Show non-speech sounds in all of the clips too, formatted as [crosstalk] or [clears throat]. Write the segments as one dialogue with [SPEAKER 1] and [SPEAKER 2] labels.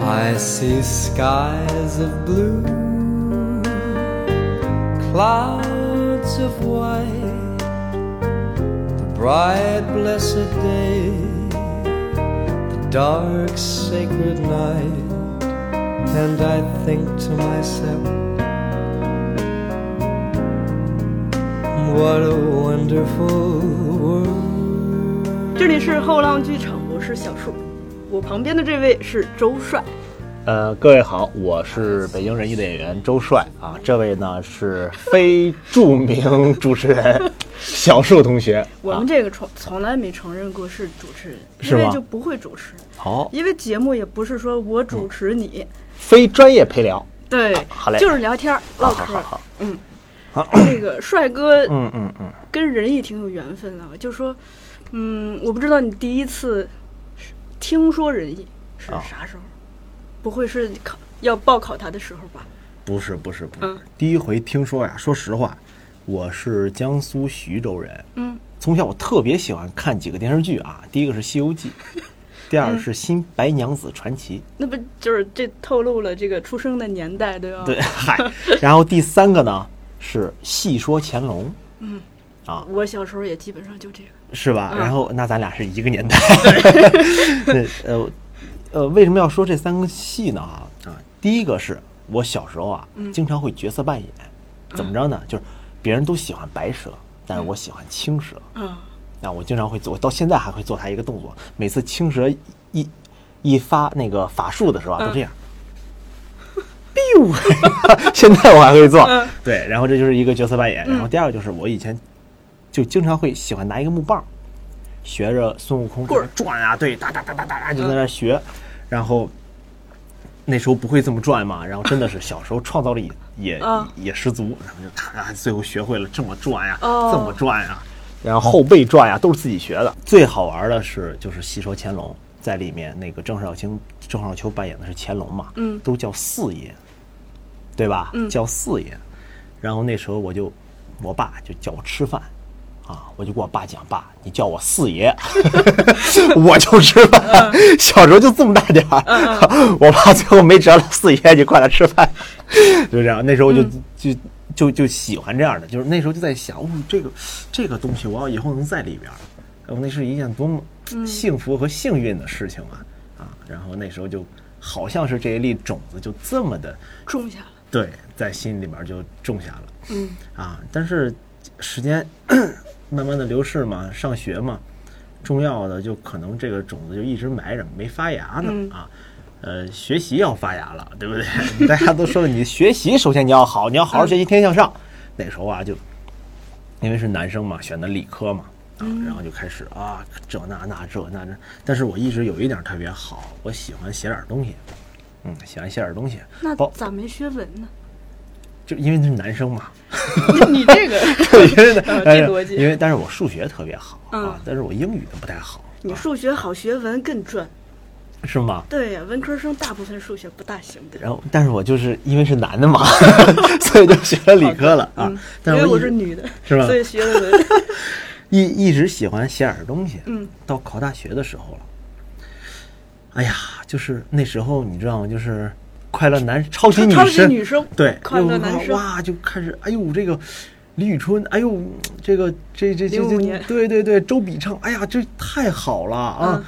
[SPEAKER 1] I see skies of blue, clouds of white, the bright, blessed day, the dark, sacred night, and I think to myself, what a wonderful world.
[SPEAKER 2] 这里是后浪剧场，我是小树，我旁边的这位是周帅。
[SPEAKER 3] 呃，各位好，我是北京人艺的演员周帅啊，这位呢是非著名主持人小树同学。
[SPEAKER 2] 我们这个从从来没承认过是主持人，
[SPEAKER 3] 是
[SPEAKER 2] 因
[SPEAKER 3] 吗
[SPEAKER 2] 为就不会主持，
[SPEAKER 3] [laughs] 好，
[SPEAKER 2] 因为节目也不是说我主持你，
[SPEAKER 3] 非专业陪聊。
[SPEAKER 2] 对，
[SPEAKER 3] 嗯好嘞
[SPEAKER 2] 就是聊天儿唠嗑
[SPEAKER 3] 好
[SPEAKER 2] 儿
[SPEAKER 3] 好。
[SPEAKER 2] 嗯，那个帅哥
[SPEAKER 3] 嗯嗯嗯，
[SPEAKER 2] 跟仁义挺有缘分的，就说，嗯，我不知道你第一次是听说仁义是
[SPEAKER 3] 啊
[SPEAKER 2] 啥时候，不会是考要报考他的时候吧？
[SPEAKER 3] 不是不是不是，
[SPEAKER 2] 嗯
[SPEAKER 3] 第一回听说呀，说实话，我是江苏徐州人，
[SPEAKER 2] 嗯，
[SPEAKER 3] 从小我特别喜欢看几个电视剧啊，第一个是《
[SPEAKER 2] [laughs]
[SPEAKER 3] 西游记》，第
[SPEAKER 2] 嗯
[SPEAKER 3] 二是《新白娘子传奇》
[SPEAKER 2] 那不就是这透露了这个出生的年代对吧？ [laughs]
[SPEAKER 3] 对，，嗨，然后第三个呢是《戏说乾隆》。
[SPEAKER 2] 我小时候也基本上就这个。
[SPEAKER 3] 是吧？
[SPEAKER 2] 嗯
[SPEAKER 3] 然后那咱俩是一个年代。 [laughs] 那呃呃，为什么要说这三个戏呢？啊啊，第一个是我小时候啊，经常会角色扮演，怎么着呢？就是别人都喜欢白蛇，但是我喜欢青蛇。
[SPEAKER 2] 嗯，
[SPEAKER 3] 那啊我经常会做，我到现在还会做它一个动作。每次青蛇一一一发那个法术的时候
[SPEAKER 2] 嗯
[SPEAKER 3] 啊，都这样。biu，现 [laughs] 在我还会做
[SPEAKER 2] 嗯，
[SPEAKER 3] 对，然后这就是一个角色扮演。然后第二个就是我以前就经常会喜欢拿一个木棒，学着孙悟空
[SPEAKER 2] 棍儿嗯
[SPEAKER 3] 在那转啊，对，哒哒哒哒哒哒就在那学，然后那时候不会这么转嘛，然后真的是小时候创造力也
[SPEAKER 2] 嗯
[SPEAKER 3] 也也十足，然后就咔咔，最后学会了这么转呀，
[SPEAKER 2] 哦
[SPEAKER 3] 这么转啊呀，然后后背转呀，都是自己学的。最好玩的是就是《戏说乾隆》在里面那个郑少秋，郑少秋扮演的是乾隆嘛，
[SPEAKER 2] 嗯
[SPEAKER 3] 都叫四爷，对吧？
[SPEAKER 2] 嗯
[SPEAKER 3] 叫四爷。然后那时候我就，我爸就叫我吃饭，啊，我就跟我爸讲，爸，你叫我
[SPEAKER 2] [laughs]
[SPEAKER 3] 四爷， [laughs] 我就吃饭。
[SPEAKER 2] 嗯
[SPEAKER 3] 小时候就这么大点儿， [laughs] 我爸最后没辙了，四爷你快来吃饭，就这样。那时候就、就就就喜欢这样的，就是那时候就在想，哦，这个这个东西我要以后能在里边儿，哦，那是一件多么幸福和幸运的事情啊、啊！然后那时候就好像是这一粒种子就这么的。
[SPEAKER 2] 种下了。
[SPEAKER 3] 对，在心里面就种下了。
[SPEAKER 2] 嗯
[SPEAKER 3] 啊，但是时间 [clears throat] 慢慢的流逝嘛，上学嘛，重要的就可能这个种子就一直埋着，没发芽呢、
[SPEAKER 2] 嗯
[SPEAKER 3] 啊。呃，学习要发芽了，对不对？ [laughs] 大家都说你学习首先你要好，你要好
[SPEAKER 2] 嗯
[SPEAKER 3] 好学习，天天向上。那时候啊，就因为是男生嘛，选的理科嘛，啊，
[SPEAKER 2] 嗯
[SPEAKER 3] 然后就开始啊，这那那这那那。但是我一直有一点特别好，我喜欢写点东西，嗯，喜欢写点东西。
[SPEAKER 2] 那
[SPEAKER 3] 包
[SPEAKER 2] 咋没学文
[SPEAKER 3] [laughs]
[SPEAKER 2] 呢？
[SPEAKER 3] 就因为是男生嘛，
[SPEAKER 2] 你你这 [laughs] 个，
[SPEAKER 3] [laughs] 因为呢
[SPEAKER 2] 嗯，
[SPEAKER 3] 但
[SPEAKER 2] 这逻
[SPEAKER 3] 是哎
[SPEAKER 2] 辑
[SPEAKER 3] 因为但是我数学特别好
[SPEAKER 2] 嗯
[SPEAKER 3] 啊，但是我英语不太好，
[SPEAKER 2] 你
[SPEAKER 3] 啊
[SPEAKER 2] 数学好，学文更赚。
[SPEAKER 3] 是吗？
[SPEAKER 2] 对呀、文科生大部分数学不大行的。
[SPEAKER 3] 然后，但是我就是因为是男的嘛， [laughs] 所以就学了理科了啊
[SPEAKER 2] 嗯。因
[SPEAKER 3] 但
[SPEAKER 2] 为
[SPEAKER 3] 是
[SPEAKER 2] 我
[SPEAKER 3] 我
[SPEAKER 2] 是
[SPEAKER 3] 一
[SPEAKER 2] 女的，
[SPEAKER 3] 是
[SPEAKER 2] [laughs]
[SPEAKER 3] 吧
[SPEAKER 2] 所以学了
[SPEAKER 3] [laughs]
[SPEAKER 2] 文。
[SPEAKER 3] 一一直喜欢写点儿东西。
[SPEAKER 2] 嗯，
[SPEAKER 3] 到考大学的时候了，哎呀，就是那时候你知道吗？就是快乐男超级
[SPEAKER 2] [laughs]
[SPEAKER 3] 女
[SPEAKER 2] 超级
[SPEAKER 3] 生，
[SPEAKER 2] 女生，
[SPEAKER 3] 对，
[SPEAKER 2] 快乐男
[SPEAKER 3] 又
[SPEAKER 2] 生，
[SPEAKER 3] 哇，就开始，哎呦，这个李宇春，哎呦，这个这这这
[SPEAKER 2] 05
[SPEAKER 3] 这
[SPEAKER 2] 年，
[SPEAKER 3] 对对对，周笔畅，哎呀，这太好了啊！
[SPEAKER 2] 嗯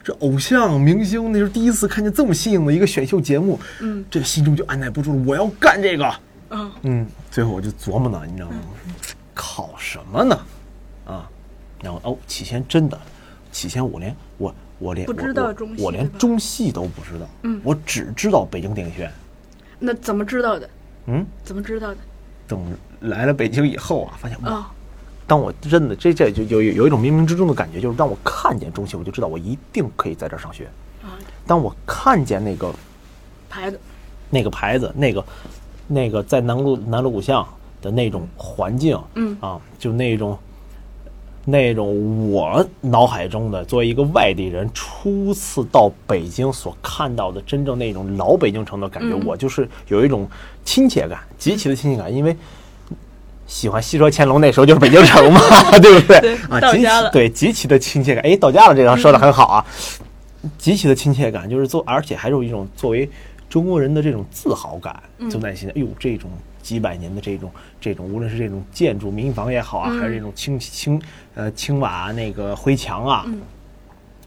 [SPEAKER 3] 这偶像明星，那是第一次看见这么新颖的一个选秀节目，
[SPEAKER 2] 嗯
[SPEAKER 3] 这心中就按耐不住了，我要干这个。
[SPEAKER 2] 嗯，
[SPEAKER 3] 嗯，最后我就琢磨呢，你知道吗？考什么呢？啊，然后哦，起先真的，起先我连我我连
[SPEAKER 2] 不知
[SPEAKER 3] 我
[SPEAKER 2] 道
[SPEAKER 3] 我
[SPEAKER 2] 中戏
[SPEAKER 3] 我连
[SPEAKER 2] 对吧
[SPEAKER 3] 中戏都不知道，
[SPEAKER 2] 嗯
[SPEAKER 3] 我只知道北京电影学院，
[SPEAKER 2] [laughs] 那怎么知道的？
[SPEAKER 3] 嗯。
[SPEAKER 2] 怎么知道的？
[SPEAKER 3] 等来了北京以后啊，发现哇，
[SPEAKER 2] 哦，
[SPEAKER 3] 当我真的这这就有有有一种冥冥之中的感觉，就是当我看见中戏，我就知道我一定可以在这儿上学。
[SPEAKER 2] 啊，
[SPEAKER 3] 当我看见那个
[SPEAKER 2] 牌子，
[SPEAKER 3] 那个牌子，那个那个在南锣南锣鼓巷的那种环境，
[SPEAKER 2] 嗯
[SPEAKER 3] 啊，就那种那种我脑海中的作为一个外地人初次到北京所看到的真正那种老北京城的感觉，
[SPEAKER 2] 嗯
[SPEAKER 3] 我就是有一种亲切感，极其的亲切感，因为。喜欢《戏说乾隆》那时候就是北京城嘛，对不对？ [laughs]
[SPEAKER 2] 对
[SPEAKER 3] 啊，
[SPEAKER 2] 到
[SPEAKER 3] 极
[SPEAKER 2] 家
[SPEAKER 3] 其
[SPEAKER 2] 了
[SPEAKER 3] 对，极其的亲切感。哎，到家了，这个说的很好啊。极其的亲切感，就是作，而且还有一种作为中国人的这种自豪感，就在心里，哎呦，这种几百年的这种这种，无论是这种建筑民房也好啊，还是这种青青呃青瓦那个灰墙啊，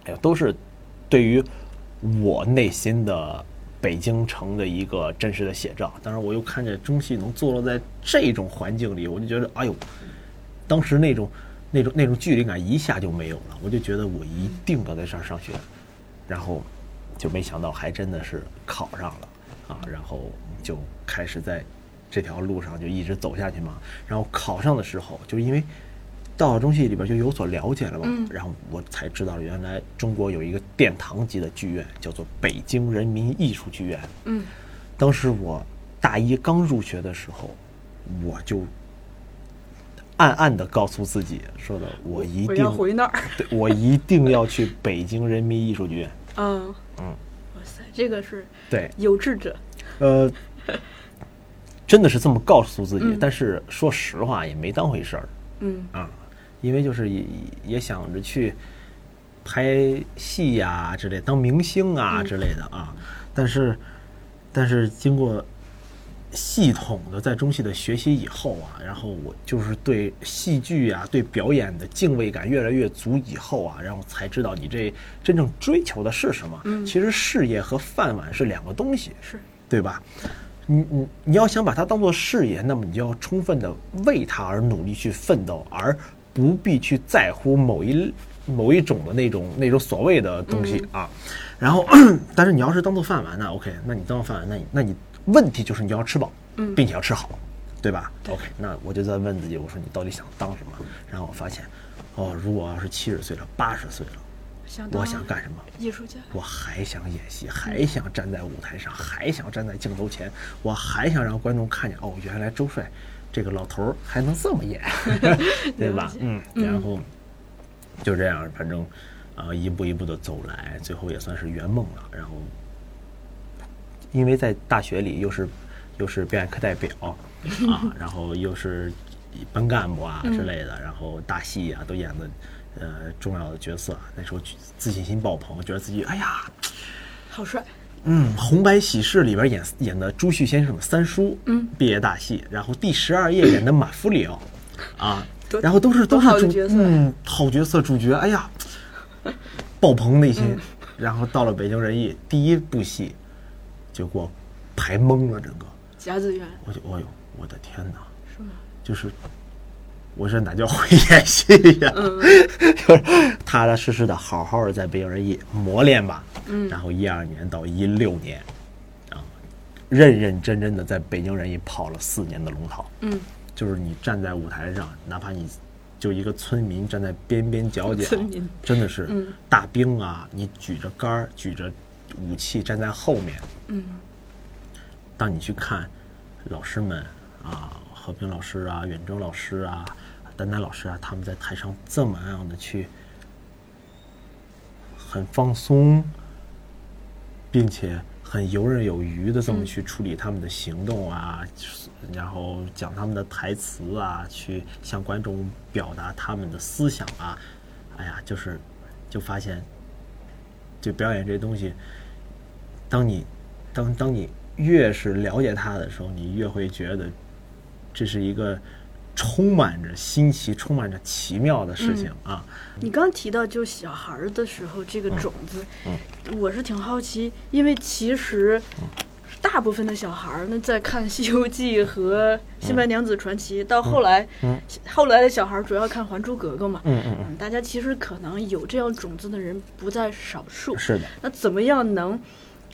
[SPEAKER 3] 哎呦，都是对于我内心的北京城的一个真实的写照。当然，我又看见中戏能坐落在这种环境里，我就觉得，哎呦，当时那种那种那种距离感一下就没有了。我就觉得我一定要在这儿上学，然后就没想到还真的是考上了啊，然后就开始在这条路上就一直走下去嘛。然后考上的时候，就因为到了中戏里边就有所了解了嘛，
[SPEAKER 2] 嗯
[SPEAKER 3] 然后我才知道了原来中国有一个殿堂级的剧院，叫做北京人民艺术剧院。
[SPEAKER 2] 嗯，
[SPEAKER 3] 当时我大一刚入学的时候，我就暗暗的告诉自己说的，我一
[SPEAKER 2] 我
[SPEAKER 3] 定
[SPEAKER 2] 要回那儿。
[SPEAKER 3] 对我一定要去北京人民艺术剧院。
[SPEAKER 2] 嗯
[SPEAKER 3] [laughs] 嗯，
[SPEAKER 2] 哇塞，这个是
[SPEAKER 3] 对，
[SPEAKER 2] 有志者。
[SPEAKER 3] 呃，真的是这么告诉自己，
[SPEAKER 2] 嗯
[SPEAKER 3] 但是说实话也没当回事儿
[SPEAKER 2] 嗯
[SPEAKER 3] 啊，因为就是也也想着去拍戏呀、之类，当明星啊之类的啊，但是但是经过。系统的在中戏的学习以后啊，然后我就是对戏剧啊、对表演的敬畏感越来越足以后啊，然后才知道你这真正追求的是什么。其实事业和饭碗是两个东西。
[SPEAKER 2] 是，
[SPEAKER 3] 对吧？你你你要想把它当做事业，那么你就要充分的为它而努力去奋斗，而不必去在乎某一某一种的那种那种所谓的东西啊。然后， [clears throat] 但是你要是当做饭碗呢，OK，那你当做饭碗，那你那你问题就是你要吃饱，并且要吃好，对吧 o k 那我就在问自己，我说你到底想当什么？然后我发现，哦，如果要是七十岁了、八十岁了，
[SPEAKER 2] 想
[SPEAKER 3] 我
[SPEAKER 2] 当
[SPEAKER 3] 想干什么？
[SPEAKER 2] 艺术家。
[SPEAKER 3] 我还想演戏，还想站在舞台上，还想站在镜头前，我还想让观众看见哦，原来周帅这个老头儿还能这么演，对吧？嗯，然后就这样，反正啊、呃一步一步的走来，最后也算是圆梦了。然后因为在大学里又是又是表演课代表啊，然后又是班干部啊之类的，然后大戏啊都演的呃重要的角色，那时候自信心爆棚，觉得自己哎呀，
[SPEAKER 2] 好帅，
[SPEAKER 3] 嗯，《红白喜事》里边演演的朱旭先生的三叔，嗯，毕业大戏，然后第十二夜演的马夫里奥，啊
[SPEAKER 2] 多，
[SPEAKER 3] 然后都是
[SPEAKER 2] 多
[SPEAKER 3] 都是
[SPEAKER 2] 好的
[SPEAKER 3] 主
[SPEAKER 2] 角色
[SPEAKER 3] 嗯，好角色主角，哎呀，爆棚内心，然后到了北京人艺第一部戏，就给我排懵了，整个，
[SPEAKER 2] 甲子园
[SPEAKER 3] 我就，哎呦，我的天哪，
[SPEAKER 2] 是吗？
[SPEAKER 3] 就是我这哪叫会演戏呀、 [laughs] 就是踏踏实实的，好好的在北京人艺磨练吧。嗯，然后一二年到一六年，啊，认认真真的在北京人艺跑了四年的龙套。
[SPEAKER 2] 嗯，
[SPEAKER 3] 就是你站在舞台上，哪怕你就一个村民站在边边角角
[SPEAKER 2] 村民，嗯
[SPEAKER 3] 真的是大兵啊！你举着杆儿，举着武器站在后面，
[SPEAKER 2] 嗯
[SPEAKER 3] 当你去看老师们啊，和平老师啊、远征老师啊、丹丹老师啊，他们在台上这么样的去很放松，并且很游刃有余的这么去处理他们的行动啊，就是然后讲他们的台词啊，去向观众表达他们的思想啊，哎呀，就是就发现，就表演这东西，当你当当你越是了解它的时候，你越会觉得这是一个充满着新奇、充满着奇妙的事情啊。
[SPEAKER 2] 你刚提到就小孩儿的时候，这
[SPEAKER 3] 嗯
[SPEAKER 2] 个种子，我是挺好奇，因为其实大部分的小孩儿呢，在看《西游记》和《新白娘子传奇》，到后来，后来的小孩儿主要看《还珠格格》嘛，
[SPEAKER 3] 嗯嗯
[SPEAKER 2] 嗯，大家其实可能有这样种子的人不在少数
[SPEAKER 3] 嗯，，是的，
[SPEAKER 2] 那怎么样能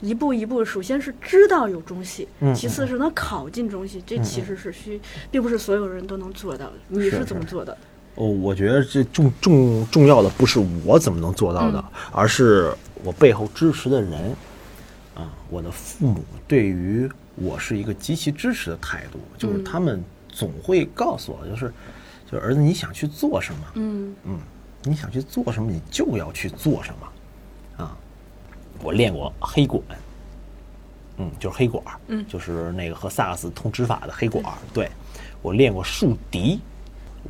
[SPEAKER 2] 一步一步？首先是知道有中戏，
[SPEAKER 3] 嗯
[SPEAKER 2] 其次是能考进中戏，这其实是需，并不是所有人都能做到的。你
[SPEAKER 3] 是
[SPEAKER 2] 怎么做到的？
[SPEAKER 3] 哦，我觉得这重重重要的不是我怎么能做到的，而是我背后支持的人啊，我的父母对于我是一个极其支持的态度，就是他们总会告诉我，就是就是儿子你想去做什么，
[SPEAKER 2] 嗯
[SPEAKER 3] 嗯，你想去做什么，你就要去做什么，啊，我练过黑管，嗯，就是黑管，嗯，就是那个和萨克斯通指法的黑管，对我练过竖笛，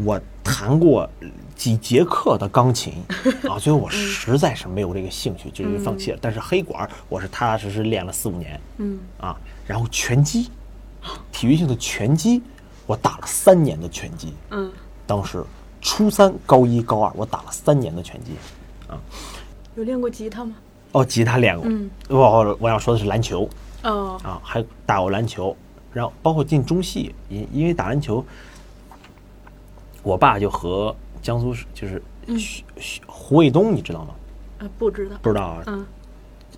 [SPEAKER 3] 我弹过几节课的钢琴啊，所以我实在是没有这个兴趣，就是放弃了。但是黑管儿我是踏踏实实练了四五年，嗯啊，然后拳击，体育性的拳击，我打了三年的拳击，
[SPEAKER 2] 嗯，
[SPEAKER 3] 当时初三、高一、高二，我打了三年的拳击，啊，
[SPEAKER 2] 有练过吉他吗？
[SPEAKER 3] 哦，吉他练过，
[SPEAKER 2] 嗯，
[SPEAKER 3] 我我要说的是篮球，
[SPEAKER 2] 哦，
[SPEAKER 3] 啊，还打过篮球，然后包括进中戏，因因为打篮球，我爸就和江苏省就是
[SPEAKER 2] 嗯
[SPEAKER 3] 徐徐胡卫东，你知道吗？
[SPEAKER 2] 呃，不知道。
[SPEAKER 3] 不知道啊，
[SPEAKER 2] 嗯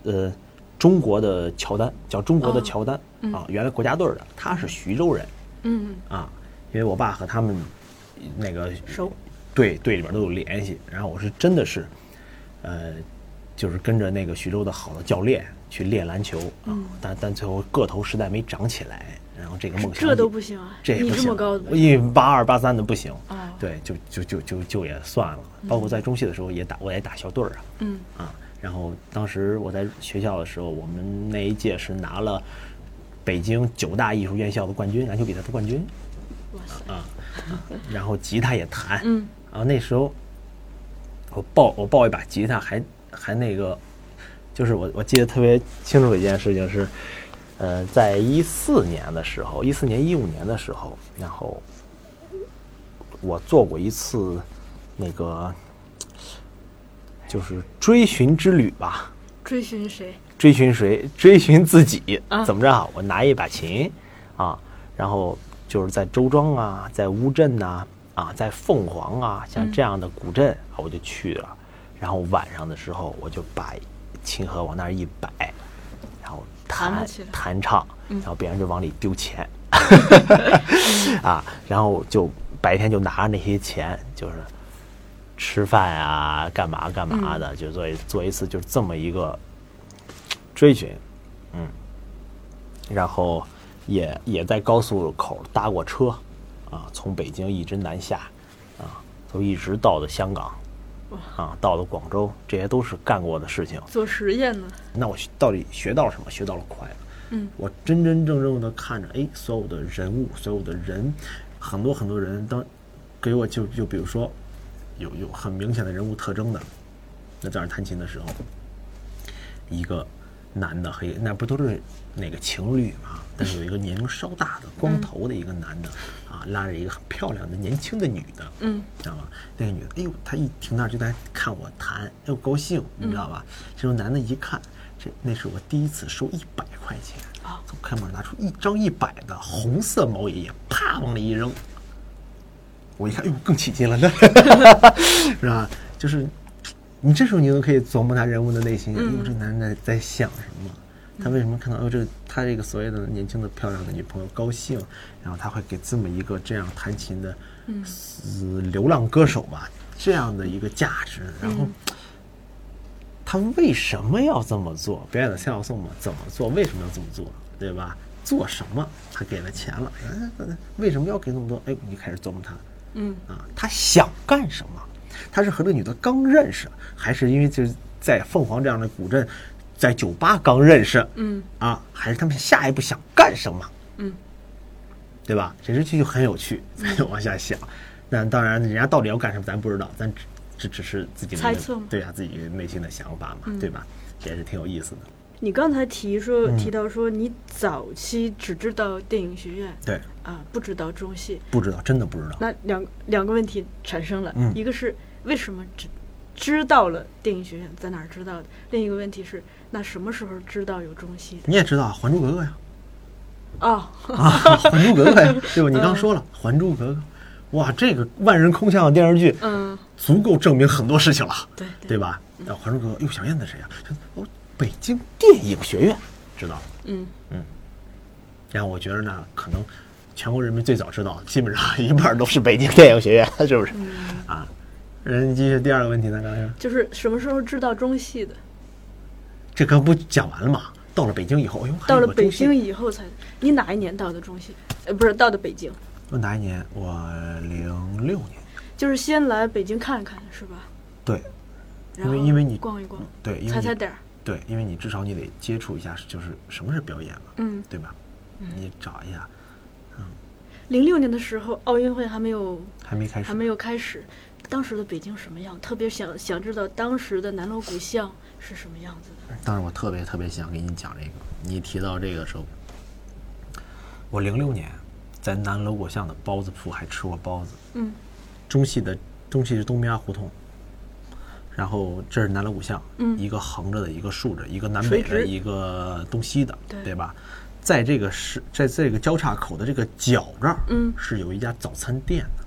[SPEAKER 3] 呃，中国的乔丹叫中国的
[SPEAKER 2] 哦
[SPEAKER 3] 乔丹、啊，原来国家队儿的，他是徐州人
[SPEAKER 2] 嗯
[SPEAKER 3] 啊，因为我爸和他们那个
[SPEAKER 2] 熟
[SPEAKER 3] 对队里边都有联系，然后我是真的是，呃，就是跟着那个徐州的好的教练去练篮球啊，
[SPEAKER 2] 嗯
[SPEAKER 3] 但但最后个头实在没长起来，然后这个梦想
[SPEAKER 2] 这都不行啊
[SPEAKER 3] 这也
[SPEAKER 2] 你
[SPEAKER 3] 不
[SPEAKER 2] 这
[SPEAKER 3] 行，哎
[SPEAKER 2] 么高
[SPEAKER 3] 我一米八二八三的不行，
[SPEAKER 2] 哦
[SPEAKER 3] 对，就就就就就也算了，包括在中戏的时候也打，我也打校队儿啊，
[SPEAKER 2] 嗯
[SPEAKER 3] 啊，然后当时我在学校的时候，我们那一届是拿了北京九大艺术院校的冠军，篮球比赛的冠军，
[SPEAKER 2] 哇塞，
[SPEAKER 3] 啊，啊然后吉他也弹，
[SPEAKER 2] 嗯，
[SPEAKER 3] 啊，那时候我抱我抱一把吉他还还那个，就是我我记得特别清楚的一件事情是，呃，在一四年的时候，一四年一五年的时候，然后我做过一次那个就是追寻之旅吧，
[SPEAKER 2] 追寻谁？
[SPEAKER 3] 追寻谁？追寻自己
[SPEAKER 2] 啊。
[SPEAKER 3] 怎么着啊？我拿一把琴，啊，然后就是在周庄啊，在乌镇呐、啊，在凤凰啊，
[SPEAKER 2] 嗯
[SPEAKER 3] 像这样的古镇啊，我就去了。然后晚上的时候，我就把琴盒往那儿一摆，然后
[SPEAKER 2] 弹了
[SPEAKER 3] 弹
[SPEAKER 2] 起来嗯
[SPEAKER 3] 弹唱，然后别人就往里
[SPEAKER 2] [laughs]
[SPEAKER 3] 丢钱， [laughs] 啊，然后就白天就拿着那些钱，就是吃饭啊，干嘛干嘛
[SPEAKER 2] 嗯
[SPEAKER 3] 的，就做一做一次就是这么一个追寻，嗯，然后也也在高速口搭过车，啊，从北京一直南下，啊，都一直到的香港，啊，到了广州，这些都是干过的事情。
[SPEAKER 2] 做实验呢？
[SPEAKER 3] 那我学到底学到了什么？学到了快乐。
[SPEAKER 2] 嗯，
[SPEAKER 3] 我真真正正的看着，哎，所有的人物，所有的人，很多很多人，当给我就就比如说，有有很明显的人物特征的，那在那儿弹琴的时候，一个男的和一个那不都是那个情侣嘛？但是有一个年龄稍大的
[SPEAKER 2] 嗯
[SPEAKER 3] 光头的一个男的、啊，拉着一个很漂亮的年轻的女的，
[SPEAKER 2] 嗯，
[SPEAKER 3] 知道吗？那个女的，哎呦，她一停那儿就在看我弹，哎呦高兴，你知道吧？这时候男的一看，这那是我第一次收一百块钱
[SPEAKER 2] 啊
[SPEAKER 3] 从开门拿出一张一百的红色毛爷爷，啪往里一扔，我一看，哎呦，更起劲了，这是吧？就是你这时候你都可以琢磨他人物的内心，哎呦，这男人在在想什么？他为什么看到哦，这他这个所谓的年轻的漂亮的女朋友高兴，然后他会给这么一个这样弹琴的，呃流浪歌手吧，这样的一个价值，然后。他为什么要这么做？表演的先要送嘛，怎么做？为什么要这么做？对吧？做什么？他给了钱了，哎，为什么要给那么多？哎，你开始琢磨他，
[SPEAKER 2] 嗯
[SPEAKER 3] 啊，他想干什么？他是和这女的刚认识，还是因为就是在凤凰这样的古镇，在酒吧刚认识？
[SPEAKER 2] 嗯
[SPEAKER 3] 啊，还是他们下一步想干什么？
[SPEAKER 2] 嗯，
[SPEAKER 3] 对吧？这这就很有趣，咱就往下想。那当然，人家到底要干什么，咱不知道，咱只只只是自己的
[SPEAKER 2] 猜
[SPEAKER 3] 那
[SPEAKER 2] 测嘛嗯
[SPEAKER 3] 对啊，自己内心的想法嘛，对吧？这也是挺有意思的。
[SPEAKER 2] 你刚才提说
[SPEAKER 3] 嗯
[SPEAKER 2] 提到说你早期只知道电影学院
[SPEAKER 3] 对，
[SPEAKER 2] 啊，不知道中戏。
[SPEAKER 3] 不知道，真的不知道。
[SPEAKER 2] 那两两个问题产生了，
[SPEAKER 3] 嗯
[SPEAKER 2] 一个是为什么只知道了电影学院在哪儿知道的，另一个问题是那什么时候知道有中戏的？
[SPEAKER 3] 你也知道啊《还珠格格》
[SPEAKER 2] [laughs]
[SPEAKER 3] 呀，
[SPEAKER 2] 哦，
[SPEAKER 3] 啊，《还珠格格》呀，对吧？你刚说了，《还珠格格》，哇，这个万人空巷的电视剧，
[SPEAKER 2] 嗯，
[SPEAKER 3] 足够证明很多事情了，
[SPEAKER 2] 对对
[SPEAKER 3] 对吧？那《还珠格格》，哟，哎小燕子谁呀、哦，北京电影学院，知道了。
[SPEAKER 2] 嗯
[SPEAKER 3] 然后我觉得呢，可能全国人民最早知道，基本上一半都是北京电影学院，是不是？
[SPEAKER 2] 嗯
[SPEAKER 3] 啊，人继续第二个问题呢，张先生，
[SPEAKER 2] 就是什么时候知道中戏的？
[SPEAKER 3] 这刚不讲完了吗？到了北京以后，哎呦，还
[SPEAKER 2] 到
[SPEAKER 3] 有
[SPEAKER 2] 了
[SPEAKER 3] 个
[SPEAKER 2] 北
[SPEAKER 3] 中戏
[SPEAKER 2] 京，以后才，你哪一年到的中戏？呃，不是到的北京，
[SPEAKER 3] 我哪一年？我零六年，
[SPEAKER 2] 就是先来北京看看是吧？
[SPEAKER 3] 对
[SPEAKER 2] 然后
[SPEAKER 3] 因为因为你嗯
[SPEAKER 2] 逛一逛，
[SPEAKER 3] 对，因为
[SPEAKER 2] 踩
[SPEAKER 3] 你
[SPEAKER 2] 踩点儿，
[SPEAKER 3] 对，因为你至少你得接触一下，就是什么是表演嘛，
[SPEAKER 2] 嗯，
[SPEAKER 3] 对吧？你找一下，
[SPEAKER 2] 零六年的时候，奥运会还没有
[SPEAKER 3] 还没开始，
[SPEAKER 2] 还没有开始，当时的北京什么样？特别想想知道当时的南锣鼓巷是什么样子的。
[SPEAKER 3] 当时我特别特别想给你讲这个，你一提到这个时候，我零六年在南锣鼓巷的包子铺还吃过包子，
[SPEAKER 2] 嗯
[SPEAKER 3] 中戏的中戏是东边胡同，然后这是南锣鼓巷，
[SPEAKER 2] 嗯
[SPEAKER 3] 一个横着的，一个竖着，一个南
[SPEAKER 2] 垂
[SPEAKER 3] 北
[SPEAKER 2] 直
[SPEAKER 3] 的，一个东西的，
[SPEAKER 2] 对
[SPEAKER 3] 吧？在这个是在这个交叉口的这个角这儿，
[SPEAKER 2] 嗯
[SPEAKER 3] 是有一家早餐店的。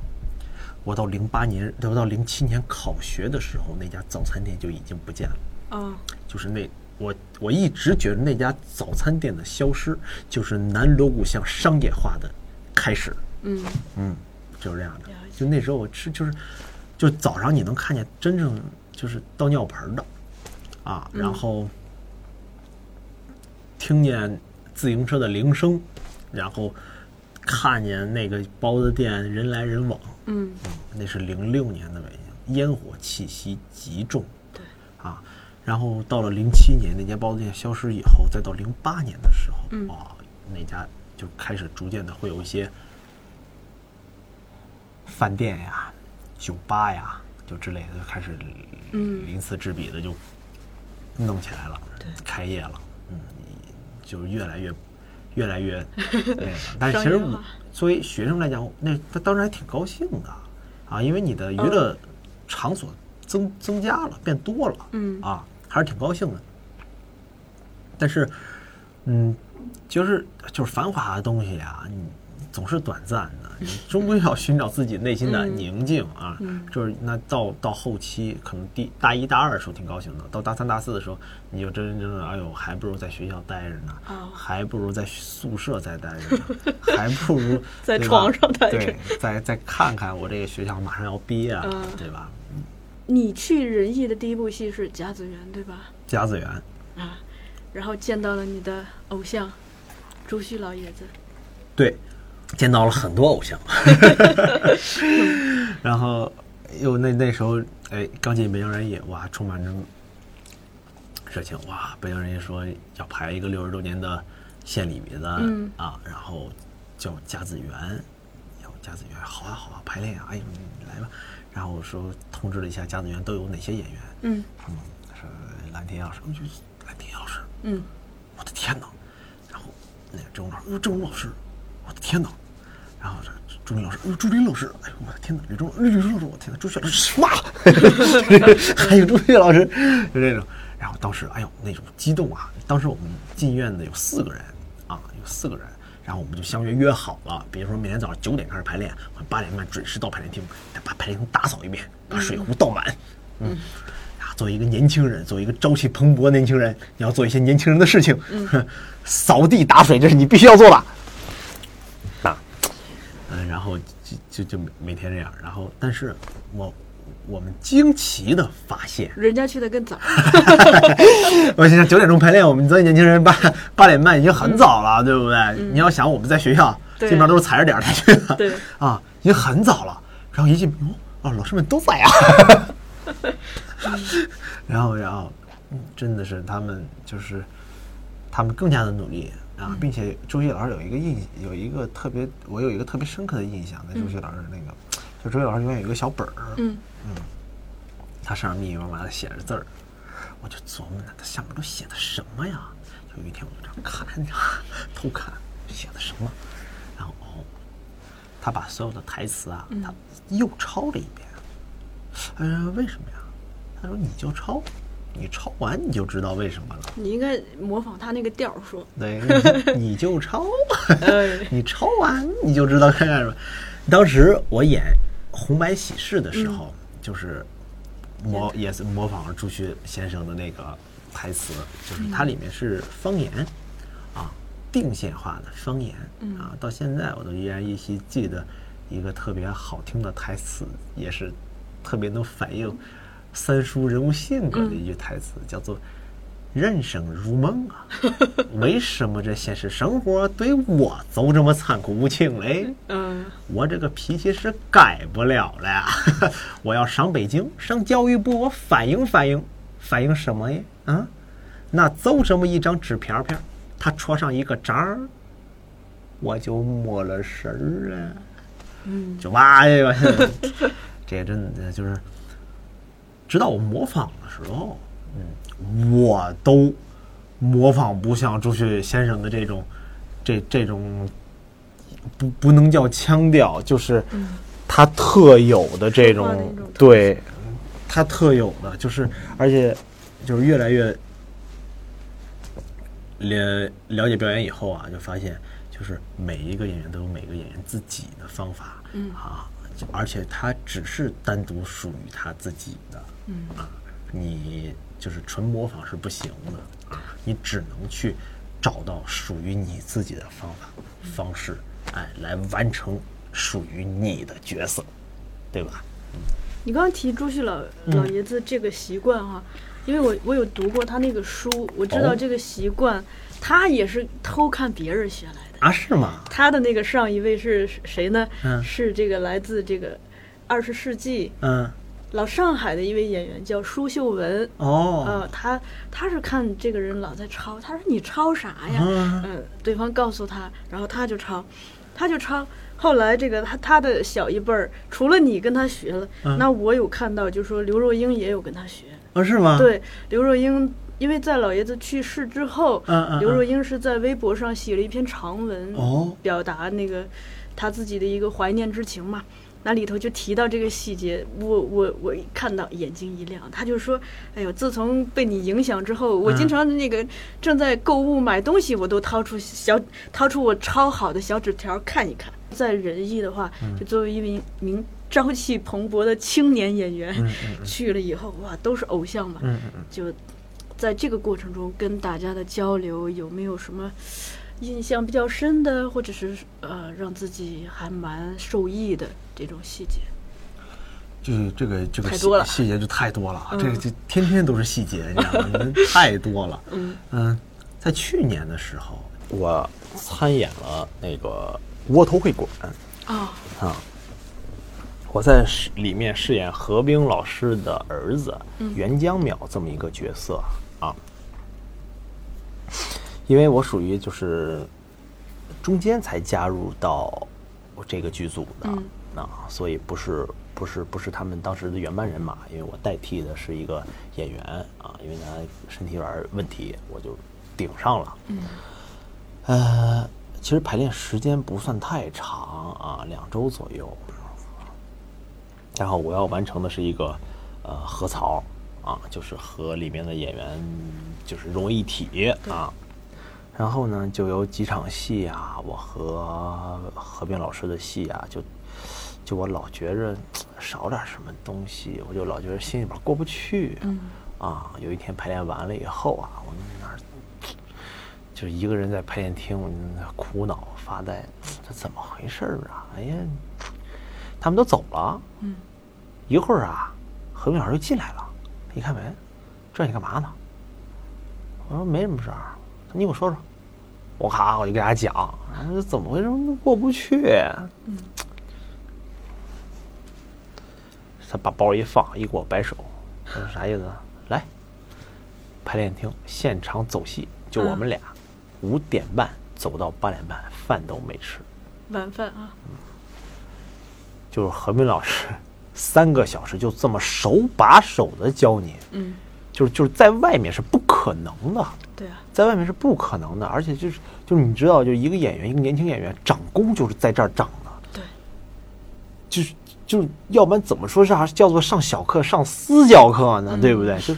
[SPEAKER 3] 我到零八年，我到零七年考学的时候，那家早餐店就已经不见了。
[SPEAKER 2] 哦，
[SPEAKER 3] 就是那我我一直觉得那家早餐店的消失，就是南锣鼓巷商业化的开始。
[SPEAKER 2] 嗯，
[SPEAKER 3] 嗯，就是这样的
[SPEAKER 2] 了。解
[SPEAKER 3] 就那时候我吃就是，就早上你能看见真正就是倒尿盆儿的，啊，
[SPEAKER 2] 嗯
[SPEAKER 3] 然后听见自行车的铃声，然后看见那个包子店人来人往，
[SPEAKER 2] 嗯，
[SPEAKER 3] 那是零六年的北京，烟火气息极重
[SPEAKER 2] 对，
[SPEAKER 3] 啊。然后到了零七年那家包子店消失以后，再到零八年的时候，
[SPEAKER 2] 嗯
[SPEAKER 3] 啊，那家就开始逐渐的会有一些饭店呀、酒吧呀，就之类的就开始
[SPEAKER 2] 嗯
[SPEAKER 3] 鳞次栉比的就弄起来了，
[SPEAKER 2] 对
[SPEAKER 3] 开业了，嗯，就是越来越越来越那
[SPEAKER 2] [laughs]
[SPEAKER 3] 个。但是
[SPEAKER 2] 商
[SPEAKER 3] 其实
[SPEAKER 2] 业化
[SPEAKER 3] 我作为学生来讲，那他当时还挺高兴的啊，因为你的娱乐场所增增加了，变多了，
[SPEAKER 2] 嗯
[SPEAKER 3] 啊，还是挺高兴的。但是，嗯，就是就是繁华的东西啊，你总是短暂
[SPEAKER 2] [laughs]
[SPEAKER 3] 的，你终归要寻找自己内心的
[SPEAKER 2] 嗯
[SPEAKER 3] 宁静啊。就是那到到后期，可能第大一大二的时候挺高兴的，到大三大四的时候，你就真真正正，哎呦，还不如在学校待着呢，
[SPEAKER 2] 哦
[SPEAKER 3] 还不如在宿舍再待着呢，
[SPEAKER 2] [laughs]
[SPEAKER 3] 还不如
[SPEAKER 2] 在
[SPEAKER 3] 对吧
[SPEAKER 2] 床上待着
[SPEAKER 3] 对，再再看看我这个学校马上要毕业了，
[SPEAKER 2] 嗯
[SPEAKER 3] 对吧？
[SPEAKER 2] 你去仁义的第一部戏是《甲子园》，对吧？
[SPEAKER 3] 甲子园，
[SPEAKER 2] 啊，然后见到了你的偶像朱旭老爷子，
[SPEAKER 3] 对，见到了很多偶
[SPEAKER 2] [laughs]
[SPEAKER 3] 像，然后又那那时候，哎，刚进北京人艺，哇，充满着热情，哇，北京人艺说要排一个六十周年的献礼比赛、
[SPEAKER 2] 嗯
[SPEAKER 3] 啊，然后叫甲子园，要甲子园，好啊好啊，排练啊，哎呦，你来吧，然后说通知了一下甲子园都有哪些演员，
[SPEAKER 2] 嗯
[SPEAKER 3] 嗯，说蓝天老师，我就蓝天老师，
[SPEAKER 2] 嗯，
[SPEAKER 3] 我的天哪！然后那个郑武老师，哎呦，郑武老师，我的天哪！然后这朱林老师，哎呦，朱林老师，哎呦，我的天哪！吕中，吕中老师，我的天哪！朱雪老师，哇！ [laughs] 还有朱雪老师，就这种。然后当时，哎呦，那种激动啊！当时我们进院子有四个人啊，有四个人。然后我们就相约约好了，比如说每天早上九点开始排练，我们八点半准时到排练厅，把排练厅打扫一遍，把水壶倒满，嗯，啊，作为一个年轻人，作为一个朝气蓬勃的年轻人，你要做一些年轻人的事情， [laughs] 扫地打水，这是你必须要做的。啊，嗯，然后就就就每天这样，然后但是我我们惊奇的发现，
[SPEAKER 2] 人家去的更早，
[SPEAKER 3] 我现在九点钟排练，我们作为年轻人八八点半已经很早了，对不对？你要想我们在学校，
[SPEAKER 2] 对
[SPEAKER 3] 基本上都是踩着点儿才去的，
[SPEAKER 2] 对
[SPEAKER 3] 啊，已经很早了。然后一进门，哦，啊，老师们都在啊。 [laughs] 然后，然后，嗯真的是他们就是他们更加的努力啊，并且周杰老师有一个印有一个特别，我有一个特别深刻的印象，在周杰老师那个，就周杰老师永远有一个小本儿，
[SPEAKER 2] 嗯
[SPEAKER 3] 他上面密密麻麻的写着字儿，我就琢磨呢，他上面都写的什么呀？有一天我就这样看着，偷看写的什么，然后哦，他把所有的台词啊，他又抄了一遍。嗯、为什么呀？他说你就抄，你抄完你就知道为什么了。
[SPEAKER 2] 你应该模仿他那个调儿说，
[SPEAKER 3] 对，你你就抄。
[SPEAKER 2] 哎，
[SPEAKER 3] 你抄完你就知道该干什么。当时我演《红白喜事》的时候，就是模也是模仿了朱旭先生的那个台词，就是它里面是方言、啊，定县话的方言啊，到现在我都依然依稀记得一个特别好听的台词，也是特别能反映三叔人物性格的一句台词，叫做。人生如梦啊， [laughs] 为什么这现实生活对我总这么残酷无情嘞？
[SPEAKER 2] 嗯、
[SPEAKER 3] 我这个脾气是改不了了呀！ [laughs] 我要上北京，上教育部，我反映反映，反映什么呀？啊，那就这么一张纸片片，他戳上一个章儿，我就摸了神儿了，嗯，就哇这个， [laughs] 这真的就是，直到我模仿的时候，嗯，我都模仿不像朱旭先生的这种，这这种不不能叫腔调，就是他嗯特有的这
[SPEAKER 2] 说
[SPEAKER 3] 种
[SPEAKER 2] 话的那种
[SPEAKER 3] 对，他特有的就是，而且就是越来越了了解表演以后啊，就发现就是每一个演员都有每个演员自己的方法，嗯啊，就而且他只是单独属于他自己的，嗯啊，你就是纯模仿是不行的啊，你只能去找到属于你自己的方法方式，哎，来完成属于你的角色，对吧？
[SPEAKER 2] 你刚刚提朱旭老
[SPEAKER 3] 嗯
[SPEAKER 2] 老爷子这个习惯哈、因为我我有读过他那个书，我知道
[SPEAKER 3] 哦
[SPEAKER 2] 这个习惯，他也是偷看别人学来的。
[SPEAKER 3] 啊，是吗？
[SPEAKER 2] 他的那个上一位是谁呢？
[SPEAKER 3] 嗯
[SPEAKER 2] 是这个来自这个二十世纪
[SPEAKER 3] 嗯，
[SPEAKER 2] 老上海的一位演员叫舒秀文。
[SPEAKER 3] 哦，
[SPEAKER 2] 呃，他他是看这个人老在抄，他说你抄啥呀？
[SPEAKER 3] 啊
[SPEAKER 2] 嗯、对方告诉他，然后他就抄，他就抄。后来这个他他的小一辈儿，除了你跟他学了，
[SPEAKER 3] 嗯
[SPEAKER 2] 那我有看到，就说刘若英也有跟他学。
[SPEAKER 3] 啊，是吗？，
[SPEAKER 2] 对，刘若英，因为在老爷子去世之后，
[SPEAKER 3] 嗯嗯
[SPEAKER 2] 刘若英是在微博上写了一篇长文，
[SPEAKER 3] 哦
[SPEAKER 2] 表达那个她自己的一个怀念之情嘛。那里头就提到这个细节，我我我一看到眼睛一亮，他就说：“哎呦，自从被你影响之后，我经
[SPEAKER 3] 嗯
[SPEAKER 2] 常那个正在购物买东西，我都掏出小掏出我抄好的小纸条看一看。”在仁义的话，
[SPEAKER 3] 嗯
[SPEAKER 2] 就作为一名名朝气蓬勃的青年演员，去了以后，哇，都是偶像嘛，
[SPEAKER 3] 嗯嗯嗯嗯。
[SPEAKER 2] 就在这个过程中跟大家的交流，有没有什么印象比较深的，或者是呃让自己还蛮受益的这种细节？
[SPEAKER 3] 就是这个这个
[SPEAKER 2] 太
[SPEAKER 3] 细
[SPEAKER 2] 多了嗯
[SPEAKER 3] 细节就太多了啊，这个就天天都是细节，你知道吗？太
[SPEAKER 2] [laughs]
[SPEAKER 3] 多了。嗯在去年的时候，我参演了那个窝头会馆
[SPEAKER 2] 哦，
[SPEAKER 3] 啊，我在饰里面饰演何冰老师的儿子袁江淼这么一个角色啊，因为我属于就是中间才加入到这个剧组的，啊，所以不是不是不是他们当时的原班人马，因为我代替的是一个演员啊，因为他身体有点儿问题，我就顶上了。嗯，呃，其实排练时间不算太长啊，两周左右。然后我要完成的是一个呃核槽啊，就是和里面的演员就是融为一体啊。然后呢，就有几场戏啊，我和何冰老师的戏啊，就就我老觉着少点什么东西，我就老觉着心里边过不去。嗯。啊，有一天排练完了以后啊，我那儿就一个人在排练厅，我就在那苦恼发呆，这怎么回事儿啊？哎呀，他们都走了。嗯。一会儿啊，何冰老师就进来了，一开门，这你干嘛呢？我说没什么事儿，你给我说说。我咔，我就给大家讲，啊这怎么回事？过不去。他把包一放，一给我摆手，我说啥意思啊？来，排练厅现场走戏，就我们俩，五、点半走到八点半，饭都没吃。
[SPEAKER 2] 晚饭啊，
[SPEAKER 3] 就是何冰老师三个小时就这么手把手的教你，
[SPEAKER 2] 嗯，
[SPEAKER 3] 就是就是在外面是不可能的，
[SPEAKER 2] 对啊，
[SPEAKER 3] 在外面是不可能的，而且就是就是你知道，就一个演员，一个年轻演员长功就是在这儿长的，
[SPEAKER 2] 对，
[SPEAKER 3] 就是就是，要不然怎么说啥叫做上小课、上私教课呢？对不对？就是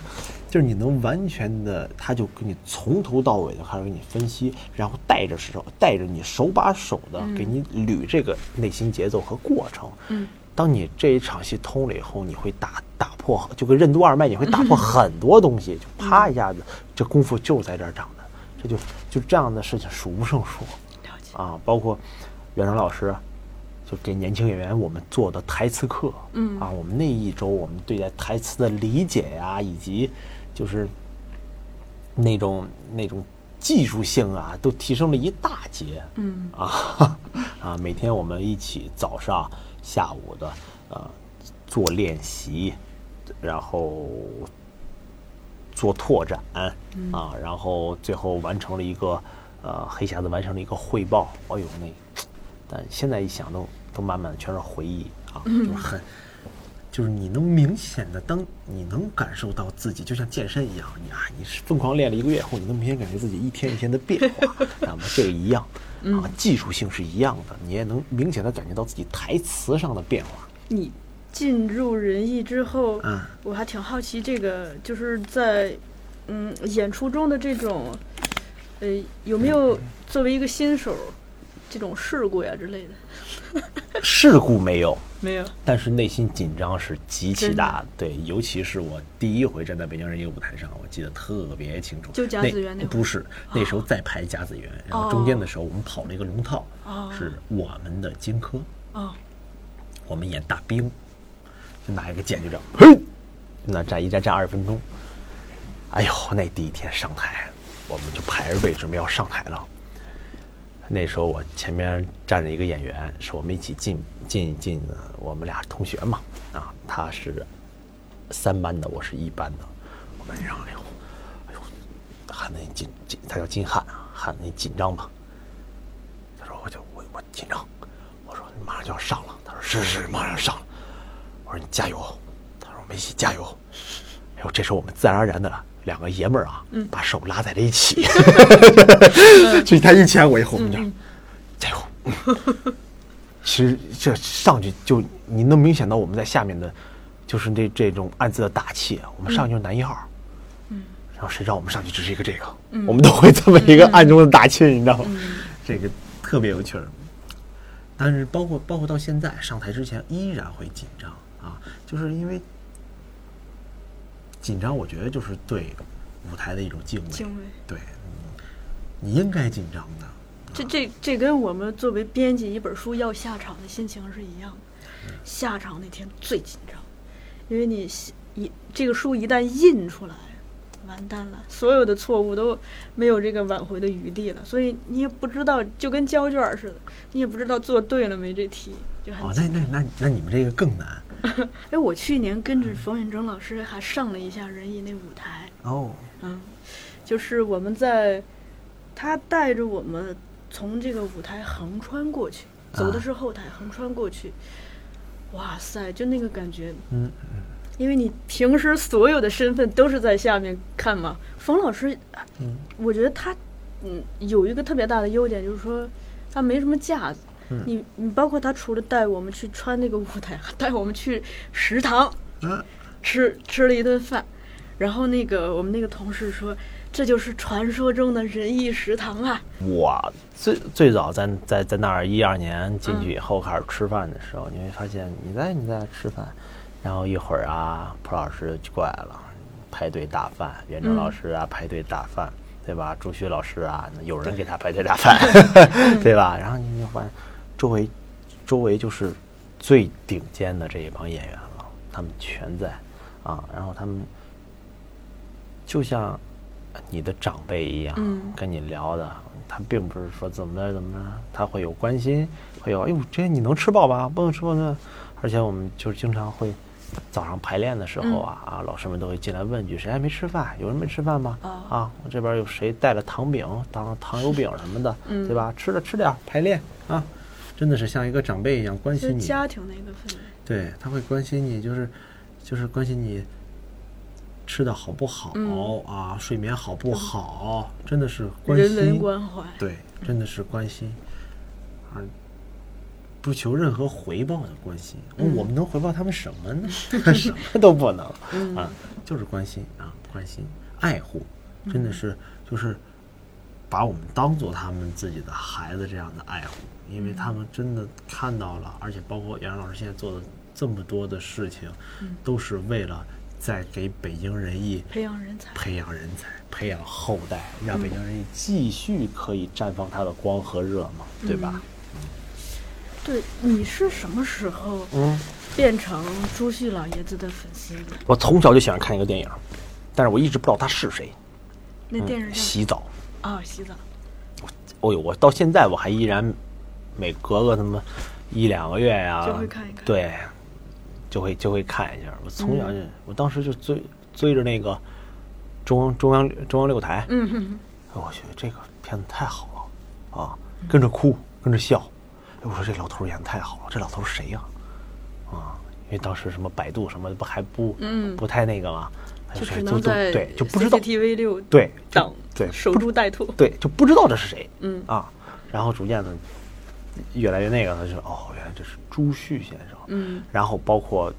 [SPEAKER 3] 就是你能完全的，他就给你从头到尾的开始给你分析，然后带着手带着你手把手的给你捋这个内心节奏和过程。嗯，当你这一场戏通了以后，你会打打破，就跟任督二脉，你会打破很多东西，就啪一下子，这功夫就在这儿长的，这就就这样的事情数不胜数。
[SPEAKER 2] 了解，
[SPEAKER 3] 啊，包括袁成老师，就给年轻演员我们做的台词课，嗯啊，我们那一周我们对待台词的理解呀、以及就是那种那种技术性啊，都提升了一大截，嗯啊 [laughs] 啊，每天我们一起早上、下午的呃做练习，然后做拓展啊，然后最后完成了一个呃，黑匣子完成了一个汇报。哎呦，那，但现在一想都都满满的全是回忆啊，就是很，就是你能明显的，当你能感受到自己，就像健身一样，你啊，你是疯狂练了一个月后，你能明显感觉自己一天一天的变化，那么这个一样啊，技术性是一样的，你也能明显的感觉到自己台词上的变化。
[SPEAKER 2] 你尽如人意之后，
[SPEAKER 3] 嗯
[SPEAKER 2] 我还挺好奇这个，就是在嗯演出中的这种，呃，有没有作为一个新手这种事故呀之类的？
[SPEAKER 3] 事故没有，
[SPEAKER 2] 没有，
[SPEAKER 3] 但是内心紧张是极其
[SPEAKER 2] 真的
[SPEAKER 3] 大的，对，尤其是我第一回站在北京人艺舞台上，我记得特别清楚。
[SPEAKER 2] 就甲子园那会儿哦
[SPEAKER 3] 不是那时候在排甲子园，然后中间的时候我们跑了一个龙套，是我们的荆轲，
[SPEAKER 2] 哦，
[SPEAKER 3] 我们演大兵，就拿一个剑就这样，嘿，那站一站站二十分钟，哎呦，那第一天上台，我们就排着队准备要上台了。那时候我前面站着一个演员，是我们一起进进进的，我们俩同学嘛，啊，他是三班的，我是一班的，我们让哎呦，哎呦，喊那紧紧，他叫金汉啊，喊那紧张吧。他说我就我我紧张，我说你马上就要上了，他说是是马上要上了，我说你加油，他说梅西加油，哎呦，这时候我们自然而然的了。两个爷们儿啊，把手拉在了一起，就他一前我一后，我们这样，加油，其实这上去就你能明显到我们在下面的，就是这这种暗自的打气。啊我们上去就是男一号，嗯，然后谁让我们上去只是一个这个，我们都会这么一个暗中的打气，你知道吗？这个特别有趣儿。但是包括包括到现在上台之前依然会紧张啊，就是因为紧张，我觉得就是对舞台的一种敬畏。
[SPEAKER 2] 敬畏
[SPEAKER 3] 对，嗯你应该紧张的。
[SPEAKER 2] 这这这跟我们作为编辑一本书要下场的心情是一样的。
[SPEAKER 3] 嗯
[SPEAKER 2] 下场那天最紧张，因为你写一这个书一旦印出来，完蛋了，所有的错误都没有这个挽回的余地了。所以你也不知道，就跟胶卷儿似的，你也不知道做对了没这题，就很
[SPEAKER 3] 哦，
[SPEAKER 2] 紧
[SPEAKER 3] 那那那那你们这个更难
[SPEAKER 2] 哎，我去年跟
[SPEAKER 3] 嗯
[SPEAKER 2] 着冯远征老师还上了一下人艺那舞台，
[SPEAKER 3] 哦。
[SPEAKER 2] 嗯，就是我们在，他带着我们从这个舞台横穿过去，走
[SPEAKER 3] 啊
[SPEAKER 2] 的是后台，横穿过去，哇塞，就那个感觉，
[SPEAKER 3] 嗯，
[SPEAKER 2] 因为你平时所有的身份都是在下面看嘛。冯老师，我觉得他，嗯，有一个特别大的优点，就是说他没什么架子。
[SPEAKER 3] 嗯
[SPEAKER 2] 你你包括他除了带我们去穿那个舞台，还带我们去食堂，
[SPEAKER 3] 嗯
[SPEAKER 2] 吃吃了一顿饭，然后那个我们那个同事说，这就是传说中的仁义食堂啊。
[SPEAKER 3] 我最最早在在在那儿一二年进去以后开始吃饭的时候，你会发现你在你在吃饭，然后一会儿啊，蒲老师就过来了，排队打饭，袁征老师啊排队打饭，对吧？朱旭老师啊，那有人给他排队打饭，对吧？然后你就发现周围周围就是最顶尖的这一帮演员了，他们全在啊，然后他们就像你的长辈一样，跟你聊的，他并不是说怎么着怎么着，他会有关心，会有哎呦，这你能吃饱吧？不能吃饱呢。而且我们就是经常会早上排练的时候啊，啊，老师们都会进来问句，谁还没吃饭？有人没吃饭吗？
[SPEAKER 2] 哦
[SPEAKER 3] 啊，我这边有谁带了糖饼、糖糖油饼什么的，对吧？吃了吃点儿，排练啊，真的是像一个长辈一样关
[SPEAKER 2] 就
[SPEAKER 3] 心你。
[SPEAKER 2] 家庭的一个氛围，
[SPEAKER 3] 对，他会关心你，就是就是关心你吃的好不好、啊，睡眠好不好，真的是
[SPEAKER 2] 嗯
[SPEAKER 3] 关
[SPEAKER 2] 人文
[SPEAKER 3] 心，
[SPEAKER 2] 关怀。
[SPEAKER 3] 对，真的是关心，而不求任何回报的关心。我们能回报他们什么呢？ [laughs] 什么都不能、啊，就是关心啊，关心爱护，真的是就是把我们当做他们自己的孩子这样的爱护，因为他们真的看到了，而且包括杨老师现在做的这么多的事情，都是为了在给北京人艺
[SPEAKER 2] 培养人才，
[SPEAKER 3] 培养人才，培养后代，让北京人继续可以绽放它的光和热嘛，
[SPEAKER 2] 嗯
[SPEAKER 3] 对吧？
[SPEAKER 2] 对，你是什么时候变成朱旭老爷子的粉丝的？
[SPEAKER 3] 我从小就喜欢看一个电影，但是我一直不知道他是谁。
[SPEAKER 2] 那电视上
[SPEAKER 3] 嗯洗澡，
[SPEAKER 2] 啊，洗澡，
[SPEAKER 3] 哦呦，我到现在我还依然每隔个他妈一两个月呀、
[SPEAKER 2] 就会看一看
[SPEAKER 3] 对，就会就会看一下。我从小就，
[SPEAKER 2] 嗯
[SPEAKER 3] 我当时就追追着那个中央中央中央六台，
[SPEAKER 2] 嗯，
[SPEAKER 3] 哎我去，这个片子太好了，啊，跟着哭，跟着笑。哎，我说这老头儿演的太好了，这老头儿谁呀、啊？因为当时什么百度什么不还不
[SPEAKER 2] 嗯
[SPEAKER 3] 不太那个嘛，哎
[SPEAKER 2] 就
[SPEAKER 3] 谁
[SPEAKER 2] 只
[SPEAKER 3] 就
[SPEAKER 2] 能
[SPEAKER 3] 就
[SPEAKER 2] 在
[SPEAKER 3] 对就不知道
[SPEAKER 2] TV 六
[SPEAKER 3] 对就
[SPEAKER 2] 档
[SPEAKER 3] 对
[SPEAKER 2] 守株待兔。
[SPEAKER 3] 对就不知道这是谁，
[SPEAKER 2] 嗯
[SPEAKER 3] 啊，然后逐渐的越来越那个了，就是哦，原来这是朱旭先生，
[SPEAKER 2] 嗯
[SPEAKER 3] 然后包括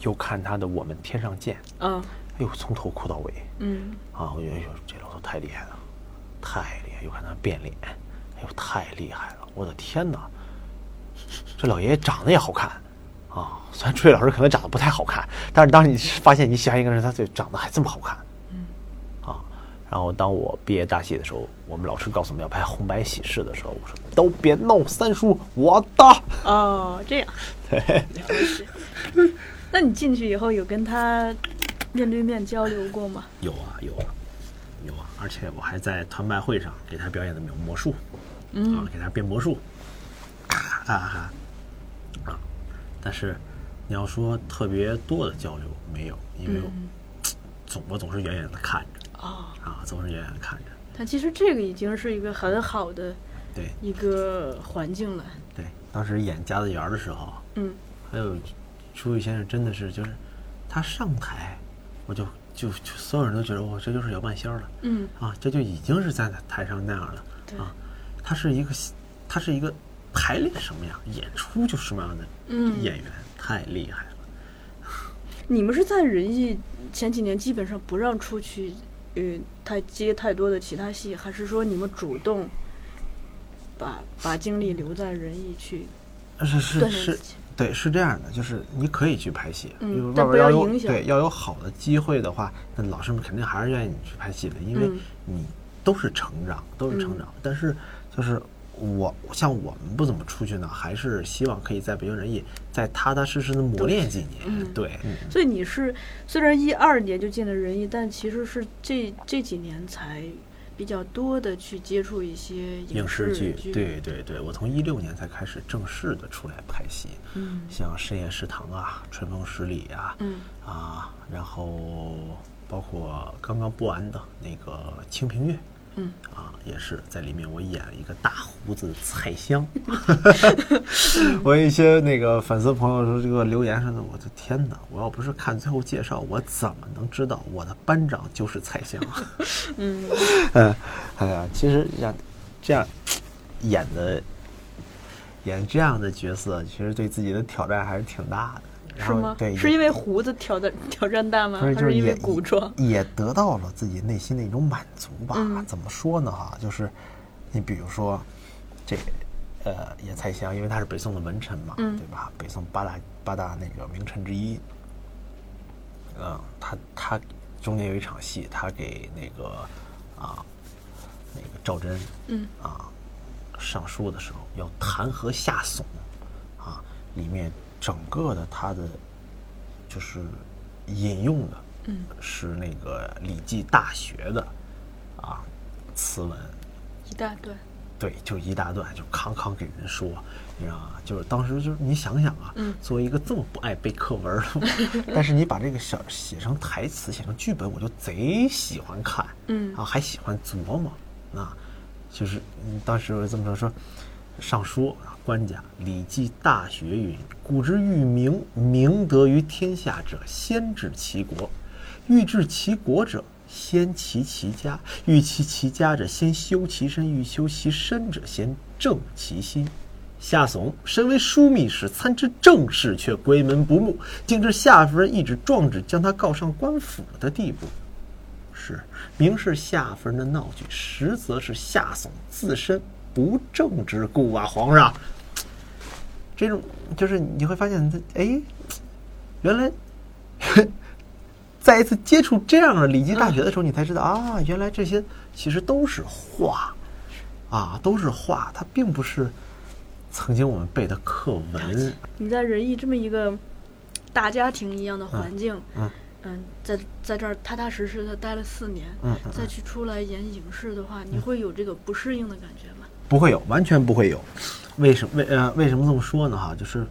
[SPEAKER 3] 又看他的《我们天上见》，
[SPEAKER 2] 啊
[SPEAKER 3] 哎呦，从头哭到尾
[SPEAKER 2] 嗯
[SPEAKER 3] 啊！我觉得哎呦，这老头太厉害了，太厉害！又看他变脸，哎呦，太厉害了！我的天哪，这老爷爷长得也好看啊！虽然朱越老师可能长得不太好看，但是当你发现你喜欢一个人，他就长得还这么好看，嗯，啊。然后当我毕业大戏的时候，我们老师告诉我们要拍红白喜事的时候，我说都别闹三叔，我的。
[SPEAKER 2] 哦，这样。对。 [laughs] 那你进去以后有跟他面对面交流过吗？
[SPEAKER 3] 有啊，有啊，有啊！而且我还在团拜会上给他表演的魔魔术，嗯、啊，给他变魔术，啊啊啊！啊，但是你要说特别多的交流没有，因为我、总我总是远远的看着
[SPEAKER 2] 哦，
[SPEAKER 3] 啊，总是远远的看着，
[SPEAKER 2] 但其实这个已经是一个很好的
[SPEAKER 3] 对
[SPEAKER 2] 一个环境了。
[SPEAKER 3] 对。当时演《家子园》的时候，
[SPEAKER 2] 嗯
[SPEAKER 3] 还有朱玉先生真的是就是他上台，我就就就所有人都觉得哇，这就是姚半仙儿了。
[SPEAKER 2] 嗯
[SPEAKER 3] 啊，这就已经是在台上那样了
[SPEAKER 2] 对
[SPEAKER 3] 啊。他是一个，他是一个排练什么样，演出就什么样的
[SPEAKER 2] 嗯
[SPEAKER 3] 演员，太厉害了。
[SPEAKER 2] 你们是在仁义前几年基本上不让出去，呃，太接太多的其他戏，还是说你们主动把把精力留在仁义去？
[SPEAKER 3] 呃是
[SPEAKER 2] 锻
[SPEAKER 3] 是
[SPEAKER 2] 炼
[SPEAKER 3] 是
[SPEAKER 2] 自己，
[SPEAKER 3] 对，是这样的，就是你可以去拍戏，
[SPEAKER 2] 嗯
[SPEAKER 3] 因为
[SPEAKER 2] 但不
[SPEAKER 3] 外边
[SPEAKER 2] 要
[SPEAKER 3] 有
[SPEAKER 2] 影响
[SPEAKER 3] 对要有好的机会的话，那老师们肯定还是愿意你去拍戏的，因为
[SPEAKER 2] 嗯
[SPEAKER 3] 你都是成长，都是成长。但是就是我像我们不怎么出去呢，还是希望可以在北京人艺再踏踏实实的磨练几
[SPEAKER 2] 嗯
[SPEAKER 3] 年。对，嗯
[SPEAKER 2] 所以你是虽然一二年就进了仁义，但其实是这这几年才比较多的去接触一些
[SPEAKER 3] 影视
[SPEAKER 2] 视
[SPEAKER 3] 剧，
[SPEAKER 2] 剧，
[SPEAKER 3] 对对对，我从一六年才开始正式的出来拍戏，
[SPEAKER 2] 嗯
[SPEAKER 3] 像《深夜食堂》啊，《春风十里》啊，
[SPEAKER 2] 嗯
[SPEAKER 3] 啊，然后包括刚刚播完的那个《清平乐》，
[SPEAKER 2] 嗯，
[SPEAKER 3] 啊，也是在里面我演一个大胡子
[SPEAKER 2] [laughs]
[SPEAKER 3] 蔡襄，我有一些那个粉丝朋友说这个留言上的，我的天哪！我要不是看最后介绍，我怎么能知道我的班长就是蔡襄？
[SPEAKER 2] 嗯
[SPEAKER 3] [laughs] 嗯，哎呀，其实像这样演的演这样的角色，其实对自己的挑战还是挺大的。然
[SPEAKER 2] 是
[SPEAKER 3] 后
[SPEAKER 2] 吗？
[SPEAKER 3] 对，
[SPEAKER 2] 是
[SPEAKER 3] 也
[SPEAKER 2] 因为胡子挑战挑战大吗？
[SPEAKER 3] 不是
[SPEAKER 2] 还
[SPEAKER 3] 就是
[SPEAKER 2] 因为
[SPEAKER 3] 也
[SPEAKER 2] 古装？
[SPEAKER 3] 也得到了自己内心的一种满足吧？
[SPEAKER 2] 嗯
[SPEAKER 3] 怎么说呢？哈，就是你比如说这呃野菜香，因为它是北宋的文臣嘛，
[SPEAKER 2] 嗯
[SPEAKER 3] 对吧？北宋八大八大那个名臣之一。嗯，他他中间有一场戏，他给那个啊那个赵祯
[SPEAKER 2] 嗯
[SPEAKER 3] 啊上书的时候要弹劾下怂啊，里面整个的他的就是引用的，
[SPEAKER 2] 嗯，
[SPEAKER 3] 是那个《礼记·大学》的啊词文，
[SPEAKER 2] 一大段。
[SPEAKER 3] 对，就一大段，就康康给人说，你知道吗？就是当时就是你想想啊，
[SPEAKER 2] 嗯
[SPEAKER 3] 作为一个这么不爱背课文儿的
[SPEAKER 2] [laughs]
[SPEAKER 3] 我，但是你把这个小写成台词、写成剧本，我就贼喜欢看，
[SPEAKER 2] 嗯
[SPEAKER 3] 啊，还喜欢琢磨，啊，就是嗯当时我就这么说说。尚书啊，官家，《礼记·大学》云：“古之欲明，明德于天下者，先治其国；欲治其国者，先齐其家；欲齐其家者，先修其身；欲修其身者，先正其心。”夏怂身为枢密使，参知政事，却闺门不睦，竟至下夫人一纸状纸将他告上官府的地步。是，明是下夫人的闹剧，实则是夏怂自身不正之故啊！皇上，这种就是你会发现他，哎，原来再一次接触这样的礼记大学的时候，你才知道啊，原来这些其实都是话啊，都是话，它并不是曾经我们背的课文。
[SPEAKER 2] 你在仁义这么一个大家庭一样的环境，嗯在在这儿踏踏实实的待了四年，
[SPEAKER 3] 嗯嗯嗯
[SPEAKER 2] 再去出来演影视的话，你会有这个不适应的感觉吗？
[SPEAKER 3] 不会有，完全不会有。为什么？为呃，为什么这么说呢？哈，就是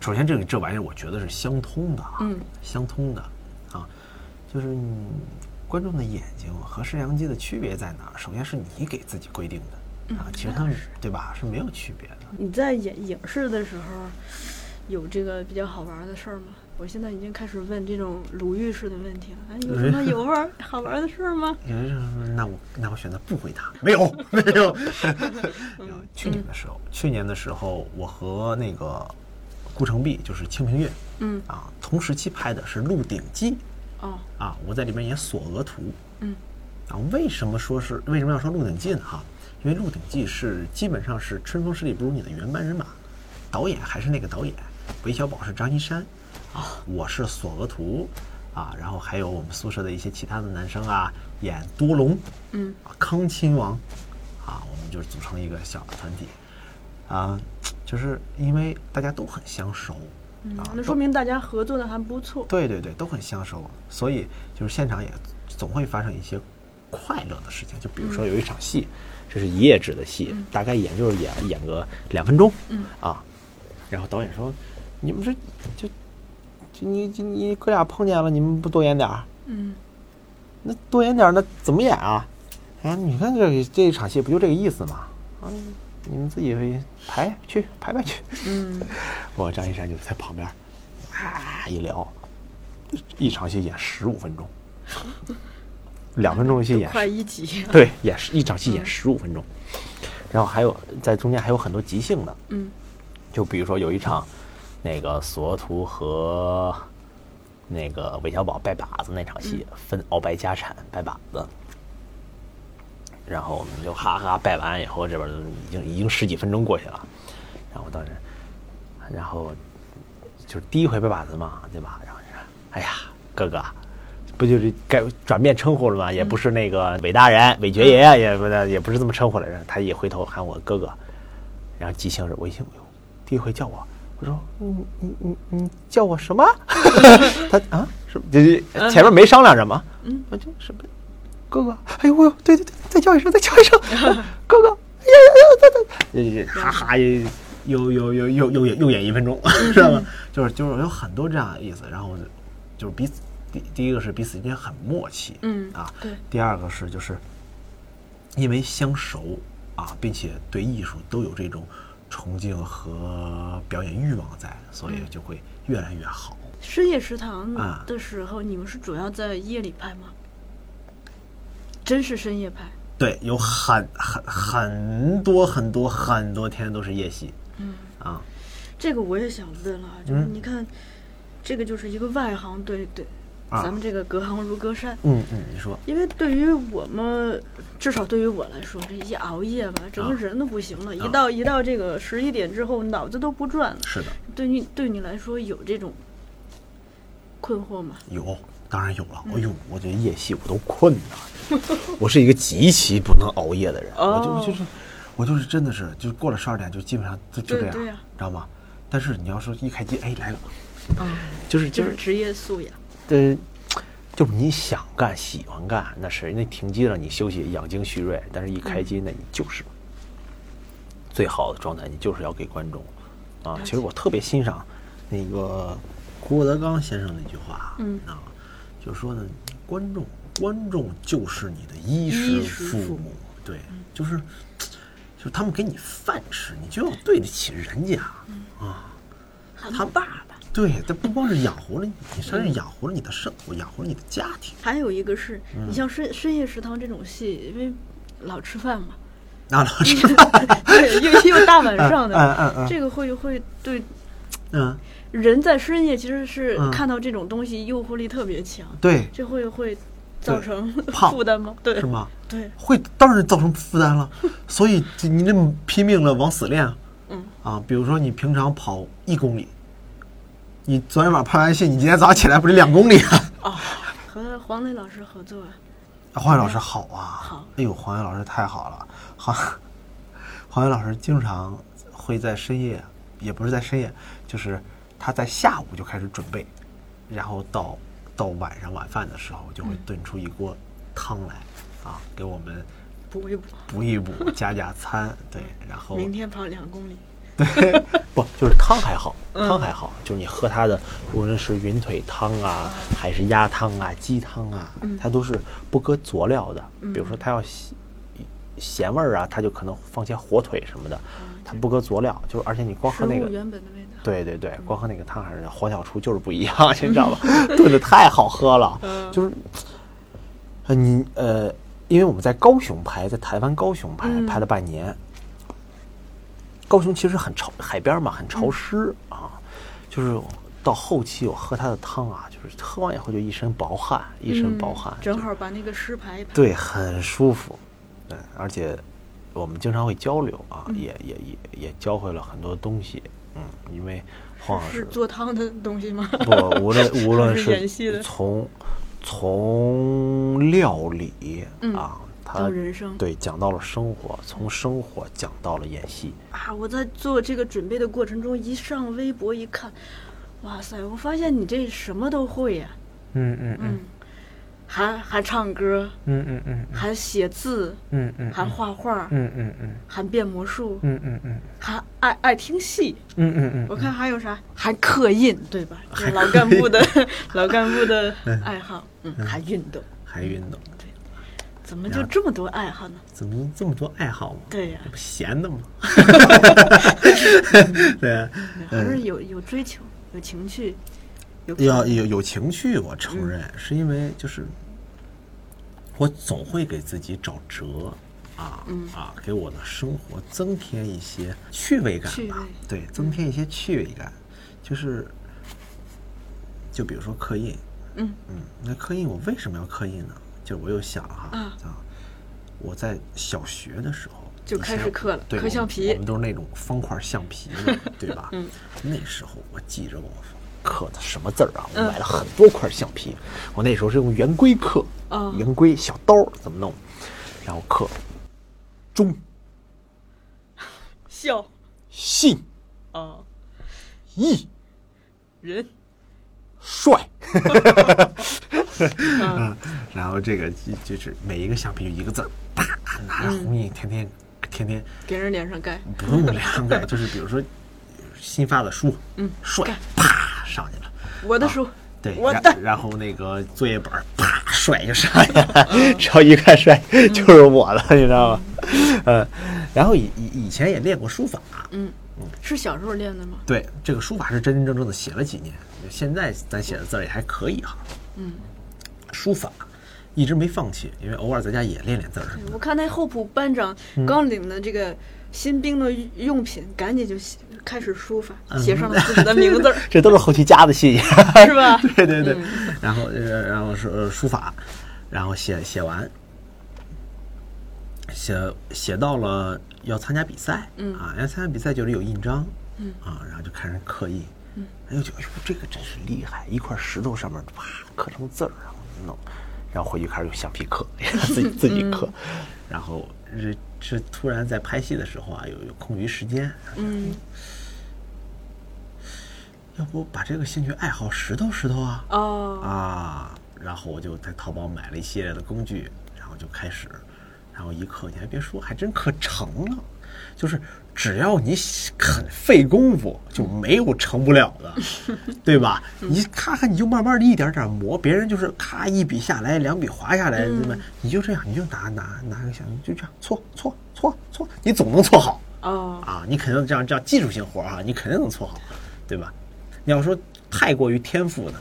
[SPEAKER 3] 首先这个这玩意儿，我觉得是相通的啊，
[SPEAKER 2] 嗯
[SPEAKER 3] 相通的啊，就是你观众的眼睛和摄像机的区别在哪儿？首先是你给自己规定的啊，其实他们是对吧是没有区别的。
[SPEAKER 2] 你在演影视的时候，有这个比较好玩的事儿吗？我现在已经开始问这种鲁豫式的问题了。哎，有什么有味儿、 [laughs] 好玩的事儿吗？
[SPEAKER 3] 有人说那我那我选择不回答， [laughs] 没有没有。没有去年的时候，去年的时候，我和那个顾城碧就是清平乐，
[SPEAKER 2] 嗯
[SPEAKER 3] 啊，同时期拍的是《鹿鼎记》
[SPEAKER 2] 哦，
[SPEAKER 3] 啊，我在里面演索额图，
[SPEAKER 2] 嗯
[SPEAKER 3] 啊，为什么说是为什么要说《鹿鼎记》呢？哈，因为《鹿鼎记》是基本上是春风十里不如你的原班人马，导演还是那个导演，韦小宝是张一山，
[SPEAKER 2] 哦
[SPEAKER 3] 啊，我是索额图，啊，然后还有我们宿舍的一些其他的男生啊，演多隆，
[SPEAKER 2] 嗯
[SPEAKER 3] 啊，康亲王，啊，我们就是组成一个小的团体，啊，就是因为大家都很相熟，
[SPEAKER 2] 嗯
[SPEAKER 3] 啊，，
[SPEAKER 2] 那
[SPEAKER 3] 都
[SPEAKER 2] 说明大家合作的还不错。
[SPEAKER 3] 对对对，都很相熟，所以就是现场也总会发生一些快乐的事情。就比如说有一场戏，这是一页纸的戏，大概演就是演演个两分钟，
[SPEAKER 2] 嗯
[SPEAKER 3] 啊，然后导演说：“你们这就就你就你哥俩碰见了，你们不多演点儿？
[SPEAKER 2] 嗯
[SPEAKER 3] 那多演点儿那怎么演啊？啊，你看这这一场戏不就这个意思吗？啊，你们自己排去排排去。”
[SPEAKER 2] 嗯，
[SPEAKER 3] 我和张一山就在旁边儿，啊一聊，一场戏演十五分钟，两分钟的戏演
[SPEAKER 2] 快一集。
[SPEAKER 3] 对，演十一场戏演十五分钟，然后还有在中间还有很多即兴的，
[SPEAKER 2] 嗯
[SPEAKER 3] 就比如说有一场，那个索图和那个韦小宝拜把子那场戏，分鳌拜家产拜把子。然后我们就哈哈拜完以后，这边儿已经已经十几分钟过去了。然后我当时，然后就是第一回拜把子嘛，对吧？然后就说：“哎呀，哥哥，不就是改转变称呼了吗？也不是那个韦大人、韦爵爷，也不也不是这么称呼来着。”他一回头喊我哥哥，然后即兴是我一听，哎呦，第一回叫我，我说，嗯嗯嗯嗯，叫我 [laughs] 什么？他啊，是这这前面没商量什么，嗯，我就什么，哥哥，哎呦哎呦，对对对，再叫一声，再叫一声，哥哥，哎呀呀呀，再再，哈哈，又又又又又演又演一分钟，知道吗？就是就是有很多这样的意思，然后我就就是彼此第第一个是彼此之间很默契，
[SPEAKER 2] 嗯
[SPEAKER 3] 啊，
[SPEAKER 2] 对
[SPEAKER 3] 第二个是就是因为相熟啊，并且对艺术都有这种崇敬和表演欲望在，所以就会越来越好。
[SPEAKER 2] 深夜食堂
[SPEAKER 3] 啊
[SPEAKER 2] 的时候，你们是主要在夜里拍吗？真是深夜拍。
[SPEAKER 3] 对，有很很很多很多很多天都是夜戏，
[SPEAKER 2] 嗯，
[SPEAKER 3] 啊，
[SPEAKER 2] 这个我也想问了，啊就是
[SPEAKER 3] 嗯
[SPEAKER 2] 你看，这个就是一个外行对对，
[SPEAKER 3] 啊
[SPEAKER 2] 咱们这个隔行如隔山。
[SPEAKER 3] 嗯嗯，你说
[SPEAKER 2] 因为对于我们，至少对于我来说，这一熬夜吧，整个
[SPEAKER 3] 啊
[SPEAKER 2] 人都不行了。一到一到这个十一点之后，脑子都不转了。
[SPEAKER 3] 是的，
[SPEAKER 2] 对你对你来说有这种困惑吗？
[SPEAKER 3] 有，当然有了。
[SPEAKER 2] 嗯
[SPEAKER 3] 哎呦，我这夜戏我都困了， [laughs] 我是一个极其不能熬夜的人，我就
[SPEAKER 2] 哦
[SPEAKER 3] 我就是我就是真的是，就过了十二点就基本上就就
[SPEAKER 2] 对
[SPEAKER 3] 这样，
[SPEAKER 2] 对呀
[SPEAKER 3] 知道吗？但是你要说一开机，哎来了，
[SPEAKER 2] 啊，
[SPEAKER 3] 就是就
[SPEAKER 2] 就是是职业素养。
[SPEAKER 3] 呃，就是你想干、喜欢干，那是那停机了，你休息养精蓄锐。但是一开机，那你就是最好的状态，你就是要给观众啊。其实我特别欣赏那个郭德纲先生那句话，
[SPEAKER 2] 嗯
[SPEAKER 3] 啊，就是说呢，观众，观众就是你的衣
[SPEAKER 2] 衣
[SPEAKER 3] 食
[SPEAKER 2] 食
[SPEAKER 3] 父
[SPEAKER 2] 父
[SPEAKER 3] 母，嗯对，就是就是他们给你饭吃，你就要对得起人家啊。
[SPEAKER 2] 他爸爸。
[SPEAKER 3] 对，他不光是养活了你，甚至养活了你的生活，养活了你的家庭。
[SPEAKER 2] 还有一个是，
[SPEAKER 3] 嗯
[SPEAKER 2] 你像深深夜食堂这种戏，因为老吃饭嘛， [laughs]
[SPEAKER 3] 那老师，
[SPEAKER 2] 对，
[SPEAKER 3] [laughs]
[SPEAKER 2] 又又大晚上
[SPEAKER 3] 嗯嗯
[SPEAKER 2] 的
[SPEAKER 3] 嗯，
[SPEAKER 2] 这个会会对
[SPEAKER 3] 嗯，
[SPEAKER 2] 人在深夜其实是
[SPEAKER 3] 嗯
[SPEAKER 2] 看到这种东西诱惑力特别强，
[SPEAKER 3] 对，
[SPEAKER 2] 这会会造成 [laughs]
[SPEAKER 3] 胖
[SPEAKER 2] 负担吗？对
[SPEAKER 3] 是，吗？
[SPEAKER 2] 对，
[SPEAKER 3] 会当然造成负
[SPEAKER 2] [laughs]
[SPEAKER 3] 担了，所以这你这么拼命了往死练啊
[SPEAKER 2] 嗯
[SPEAKER 3] 啊！比如说你平常跑一公里，你昨天晚上拍完戏，你今天早上起来不得两公里啊？
[SPEAKER 2] 哦，和黄磊老师合作，啊
[SPEAKER 3] 黄远老师好啊，
[SPEAKER 2] 好
[SPEAKER 3] 哎呦，黄远老师太好了，黄黄远老师经常会在深夜，也不是在深夜，就是他在下午就开始准备，然后到到晚上晚饭的时候就会炖出一锅汤来，啊，给我们
[SPEAKER 2] 补一补，
[SPEAKER 3] 补一补，加加餐，对，然后
[SPEAKER 2] 明天跑两公里，
[SPEAKER 3] 对，不就是汤还好，
[SPEAKER 2] 嗯
[SPEAKER 3] 汤还好，就是你喝它的，无论是云腿汤啊，还是鸭汤啊、鸡汤啊，
[SPEAKER 2] 嗯
[SPEAKER 3] 它都是不搁佐料的。比如说它要咸咸味儿啊，它就可能放些火腿什么的，它不搁佐料，就是而且你光
[SPEAKER 2] 嗯食
[SPEAKER 3] 喝那
[SPEAKER 2] 物
[SPEAKER 3] 个。
[SPEAKER 2] 原本的味道。
[SPEAKER 3] 对对对，光喝那个汤还是黄小厨就是不一样， [laughs] 你知道吧？炖的太好喝了，就是，呃，你呃，因为我们在高雄拍，在台湾高雄拍、拍了半年，高雄其实很潮，海边嘛，很潮湿、啊，就是到后期我喝它的汤啊，就是喝完以后就一身薄汗，一身薄汗，就
[SPEAKER 2] 嗯正好把那个诗牌一排
[SPEAKER 3] 对，很舒服。对，而且我们经常会交流啊，也也也也教会了很多东西。嗯，因为黄老
[SPEAKER 2] 是
[SPEAKER 3] 师
[SPEAKER 2] 做汤的东西吗？
[SPEAKER 3] [laughs] 不，无论无论
[SPEAKER 2] 是演戏
[SPEAKER 3] 是
[SPEAKER 2] 的
[SPEAKER 3] 从从料理
[SPEAKER 2] 嗯
[SPEAKER 3] 啊，他
[SPEAKER 2] 到人生
[SPEAKER 3] 对讲到了生活，从生活讲到了演戏。
[SPEAKER 2] 啊，我在做这个准备的过程中，一上微博一看，哇塞，我发现你这什么都会呀、
[SPEAKER 3] 嗯嗯
[SPEAKER 2] 嗯，还还唱歌，
[SPEAKER 3] 嗯嗯嗯
[SPEAKER 2] 还写字，
[SPEAKER 3] 嗯嗯
[SPEAKER 2] 还画画，
[SPEAKER 3] 嗯嗯嗯
[SPEAKER 2] 还变魔术，
[SPEAKER 3] 嗯嗯嗯
[SPEAKER 2] 还爱爱听戏。
[SPEAKER 3] 嗯嗯嗯
[SPEAKER 2] 我看还有啥？还刻印，对吧？这是老干部的 [laughs] 老干部的爱好，嗯，还运动，
[SPEAKER 3] 还运动，
[SPEAKER 2] 怎么就这么多爱好呢？
[SPEAKER 3] 怎么这么多爱好嘛？
[SPEAKER 2] 对呀、
[SPEAKER 3] 这不闲
[SPEAKER 2] [laughs]
[SPEAKER 3] 的吗？ [laughs] 对啊，
[SPEAKER 2] 还是有有追求，有情趣，有嗯
[SPEAKER 3] 要有有情绪，我承认、是因为就是我总会给自己找辙啊、
[SPEAKER 2] 嗯
[SPEAKER 3] 啊，给我的生活增添一些趣味感
[SPEAKER 2] 趣味嗯
[SPEAKER 3] 吧，对，增添一些趣味感，就是就比如说刻印，
[SPEAKER 2] 嗯
[SPEAKER 3] 那刻印我为什么要刻印呢？就是我又想哈
[SPEAKER 2] 啊
[SPEAKER 3] 我在小学的时候
[SPEAKER 2] 就
[SPEAKER 3] 以
[SPEAKER 2] 开始
[SPEAKER 3] 前
[SPEAKER 2] 刻了
[SPEAKER 3] 对
[SPEAKER 2] 刻
[SPEAKER 3] 我们
[SPEAKER 2] 橡皮
[SPEAKER 3] 我们都是那种方块橡皮
[SPEAKER 2] [laughs]
[SPEAKER 3] 嘛，对吧？嗯，那时候我记着我刻的什么字儿啊，
[SPEAKER 2] 嗯
[SPEAKER 3] 我买了很多块橡皮，我那时候是用圆规刻，
[SPEAKER 2] 哦
[SPEAKER 3] 圆规小刀儿怎么弄，然后刻忠
[SPEAKER 2] 笑
[SPEAKER 3] 信
[SPEAKER 2] 哦，
[SPEAKER 3] 义
[SPEAKER 2] 人
[SPEAKER 3] 帅。
[SPEAKER 2] 啊
[SPEAKER 3] 嗯，然后这个就就是每一个橡皮就一个字儿，啪，拿
[SPEAKER 2] 嗯
[SPEAKER 3] 着红印，天天天天
[SPEAKER 2] 给人脸上盖，
[SPEAKER 3] 不用两改， [laughs] 就是比如说新发的书，嗯，帅，啪上去了，
[SPEAKER 2] 我
[SPEAKER 3] 啊
[SPEAKER 2] 的书，
[SPEAKER 3] 对，
[SPEAKER 2] 我
[SPEAKER 3] 然
[SPEAKER 2] 的
[SPEAKER 3] 然后那个作业本儿啪帅就上去了，只要一看帅就是我了，你知道吗？嗯，然后以以以前也练过书法，
[SPEAKER 2] 嗯，是小时候练的吗？
[SPEAKER 3] 对，这个书法是真真正正的写了几年，现在咱写的字儿也还可以哈，嗯，书法一直没放弃，因为偶尔在家也练练字儿什么的。
[SPEAKER 2] 我看那候补班长
[SPEAKER 3] 嗯
[SPEAKER 2] 刚领了这个新兵的用品，赶紧就写开始书法，
[SPEAKER 3] 嗯
[SPEAKER 2] 写上了自己的名字儿，
[SPEAKER 3] 这都是后期加的细节， [laughs]
[SPEAKER 2] 是吧？
[SPEAKER 3] 对对对，然后呃然后是呃书法，然后写写完，写写到了要参加比赛，嗯啊，要参加比赛就得有印章，嗯啊，然后就开始刻印，嗯，哎呦就哎呦这个真是厉害，一块石头上面啪刻成字儿，然后弄，然后回去开始用橡皮刻， [laughs] 自己自己刻，然后这这突然在拍戏的时候啊，有有空余时间，
[SPEAKER 2] 嗯，
[SPEAKER 3] 要不把这个兴趣爱好拾掇拾掇啊，
[SPEAKER 2] 哦，
[SPEAKER 3] 啊，然后我就在淘宝买了一系列的工具，然后就开始，然后一刻你还别说，还真刻成了。就是只要你肯费功夫，就没有成不了的，对吧？你咔咔你就慢慢的一点点磨，别人就是咔一笔下来，两笔划下来，对吧？你就这样，你就拿拿拿个小，就这样搓搓搓搓，你总能搓好。
[SPEAKER 2] 哦，
[SPEAKER 3] 啊，你肯定这样这样技术性活儿啊，你肯定能做好，对吧？你要说太过于天赋呢，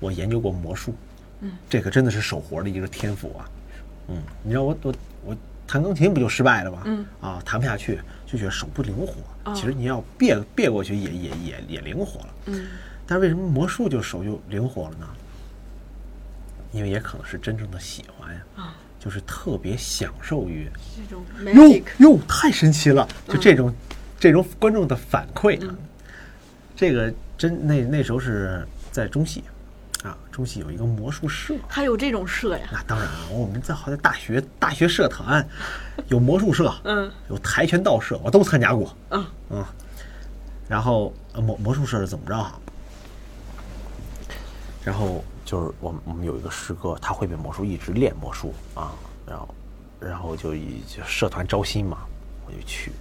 [SPEAKER 3] 我研究过魔术，嗯，这个真的是手活儿的一个天赋啊，嗯，你知道我我我弹钢琴不就失败了吗？嗯，哦啊，弹不下去就觉得手不灵活，其实你要别别过去也也也也灵活了，嗯，但是为什么魔术就手就灵活了呢？因为也可能是真正的喜欢呀，
[SPEAKER 2] 啊
[SPEAKER 3] 就是特别享受于
[SPEAKER 2] 这种
[SPEAKER 3] 哟
[SPEAKER 2] magic 嗯
[SPEAKER 3] 哟，太神奇了！就这种、这种观众的反馈啊，这个真那那时候是在中戏啊，中戏有一个魔术社。
[SPEAKER 2] 还有这种社呀？
[SPEAKER 3] 那当然了，我们在好在大学大学社团有魔术社，
[SPEAKER 2] 嗯，
[SPEAKER 3] 有跆拳道社，我都参加过。
[SPEAKER 2] 嗯
[SPEAKER 3] 嗯，然后呃魔魔术社是怎么着啊？然后就是我们我们有一个师哥，他会变魔术，一直练魔术啊。然后然后就以就社团招新嘛，我就去。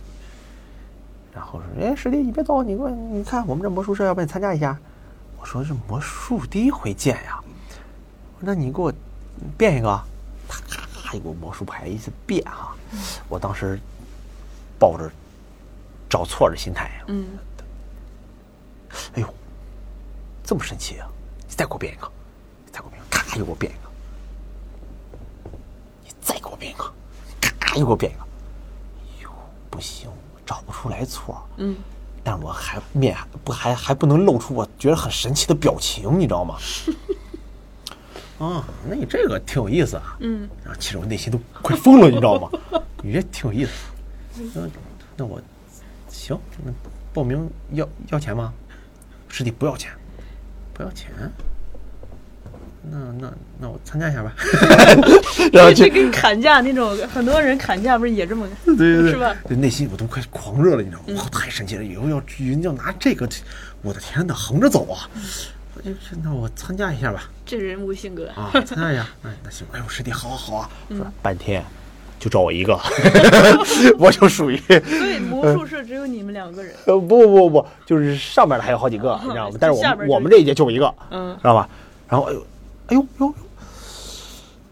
[SPEAKER 3] 然后说：“哎，师弟，你别走，你给我，你看我们这魔术社，要不你参加一下？”我说：“这魔术第一回见呀。”我说：“那你给我变一个啊。”他咔一个魔术牌一直变哈、我当时抱着找错的心态，
[SPEAKER 2] 嗯，
[SPEAKER 3] 哎呦，这么神奇啊！你再给我变一个，你再给我变一个，咔又给我变一个，你再给我变一个，咔又给我变一个。哎呦，不行，我找不出来错。嗯，但我还面还不还还不能露出我觉得很神奇的表情，你知道 [laughs] 吗？啊，那你这个挺有意思啊。嗯，然后其实我内心都快疯了，你知道吗？ [laughs] 你这挺有意思。那那我行，那报名要要钱吗？师弟不要钱，不要钱。那那那我参加一 [laughs] 下吧。然后就
[SPEAKER 2] 这跟砍价那种，很多人砍价不是也这么
[SPEAKER 3] [laughs] 对对对，
[SPEAKER 2] 是吧？
[SPEAKER 3] 对内心我都快狂热了，你知道吗？哇，太神奇了！以后要人要拿这个，我的天哪，横着走
[SPEAKER 2] 嗯
[SPEAKER 3] 啊！我就那我参加一下吧。
[SPEAKER 2] 这人无性格。
[SPEAKER 3] 啊，参加一下。哎，那行，哎呦，师弟，好好好啊！说半天，就找我一个， [laughs] 我就属于
[SPEAKER 2] 所以
[SPEAKER 3] 嗯
[SPEAKER 2] 魔术社只有你们两个人。
[SPEAKER 3] 呃， [laughs] 不不不，就是上面的还有好几个，你知道吗？但是我
[SPEAKER 2] 下边
[SPEAKER 3] 们
[SPEAKER 2] 哦就
[SPEAKER 3] 我们这一届就我一个，
[SPEAKER 2] 嗯
[SPEAKER 3] 知道吧？然后哎呦，哎呦呦，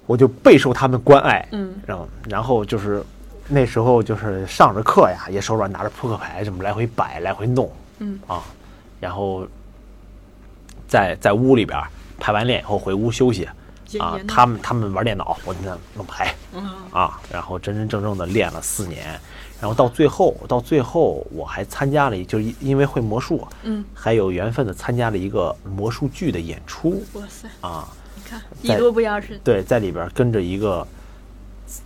[SPEAKER 3] 我就备受他们关爱，
[SPEAKER 2] 嗯，
[SPEAKER 3] 然后然后就是那时候就是上着课呀，也手软拿着扑克牌这么来回摆来回弄，
[SPEAKER 2] 嗯
[SPEAKER 3] 啊，然后在在屋里边儿排完练以后回屋休息
[SPEAKER 2] 也
[SPEAKER 3] 啊
[SPEAKER 2] 也，弄
[SPEAKER 3] 他们他们玩电脑，我在那弄牌，
[SPEAKER 2] 嗯
[SPEAKER 3] 啊，然后真真正正的练了四年，然后到最后，到最后我还参加了一，就是因因为会魔术，
[SPEAKER 2] 嗯，
[SPEAKER 3] 还有缘分的参加了一个魔术剧的演出
[SPEAKER 2] 哇塞，
[SPEAKER 3] 啊，
[SPEAKER 2] 你看
[SPEAKER 3] 在
[SPEAKER 2] 艺多不压身。
[SPEAKER 3] 对，在里边跟着一个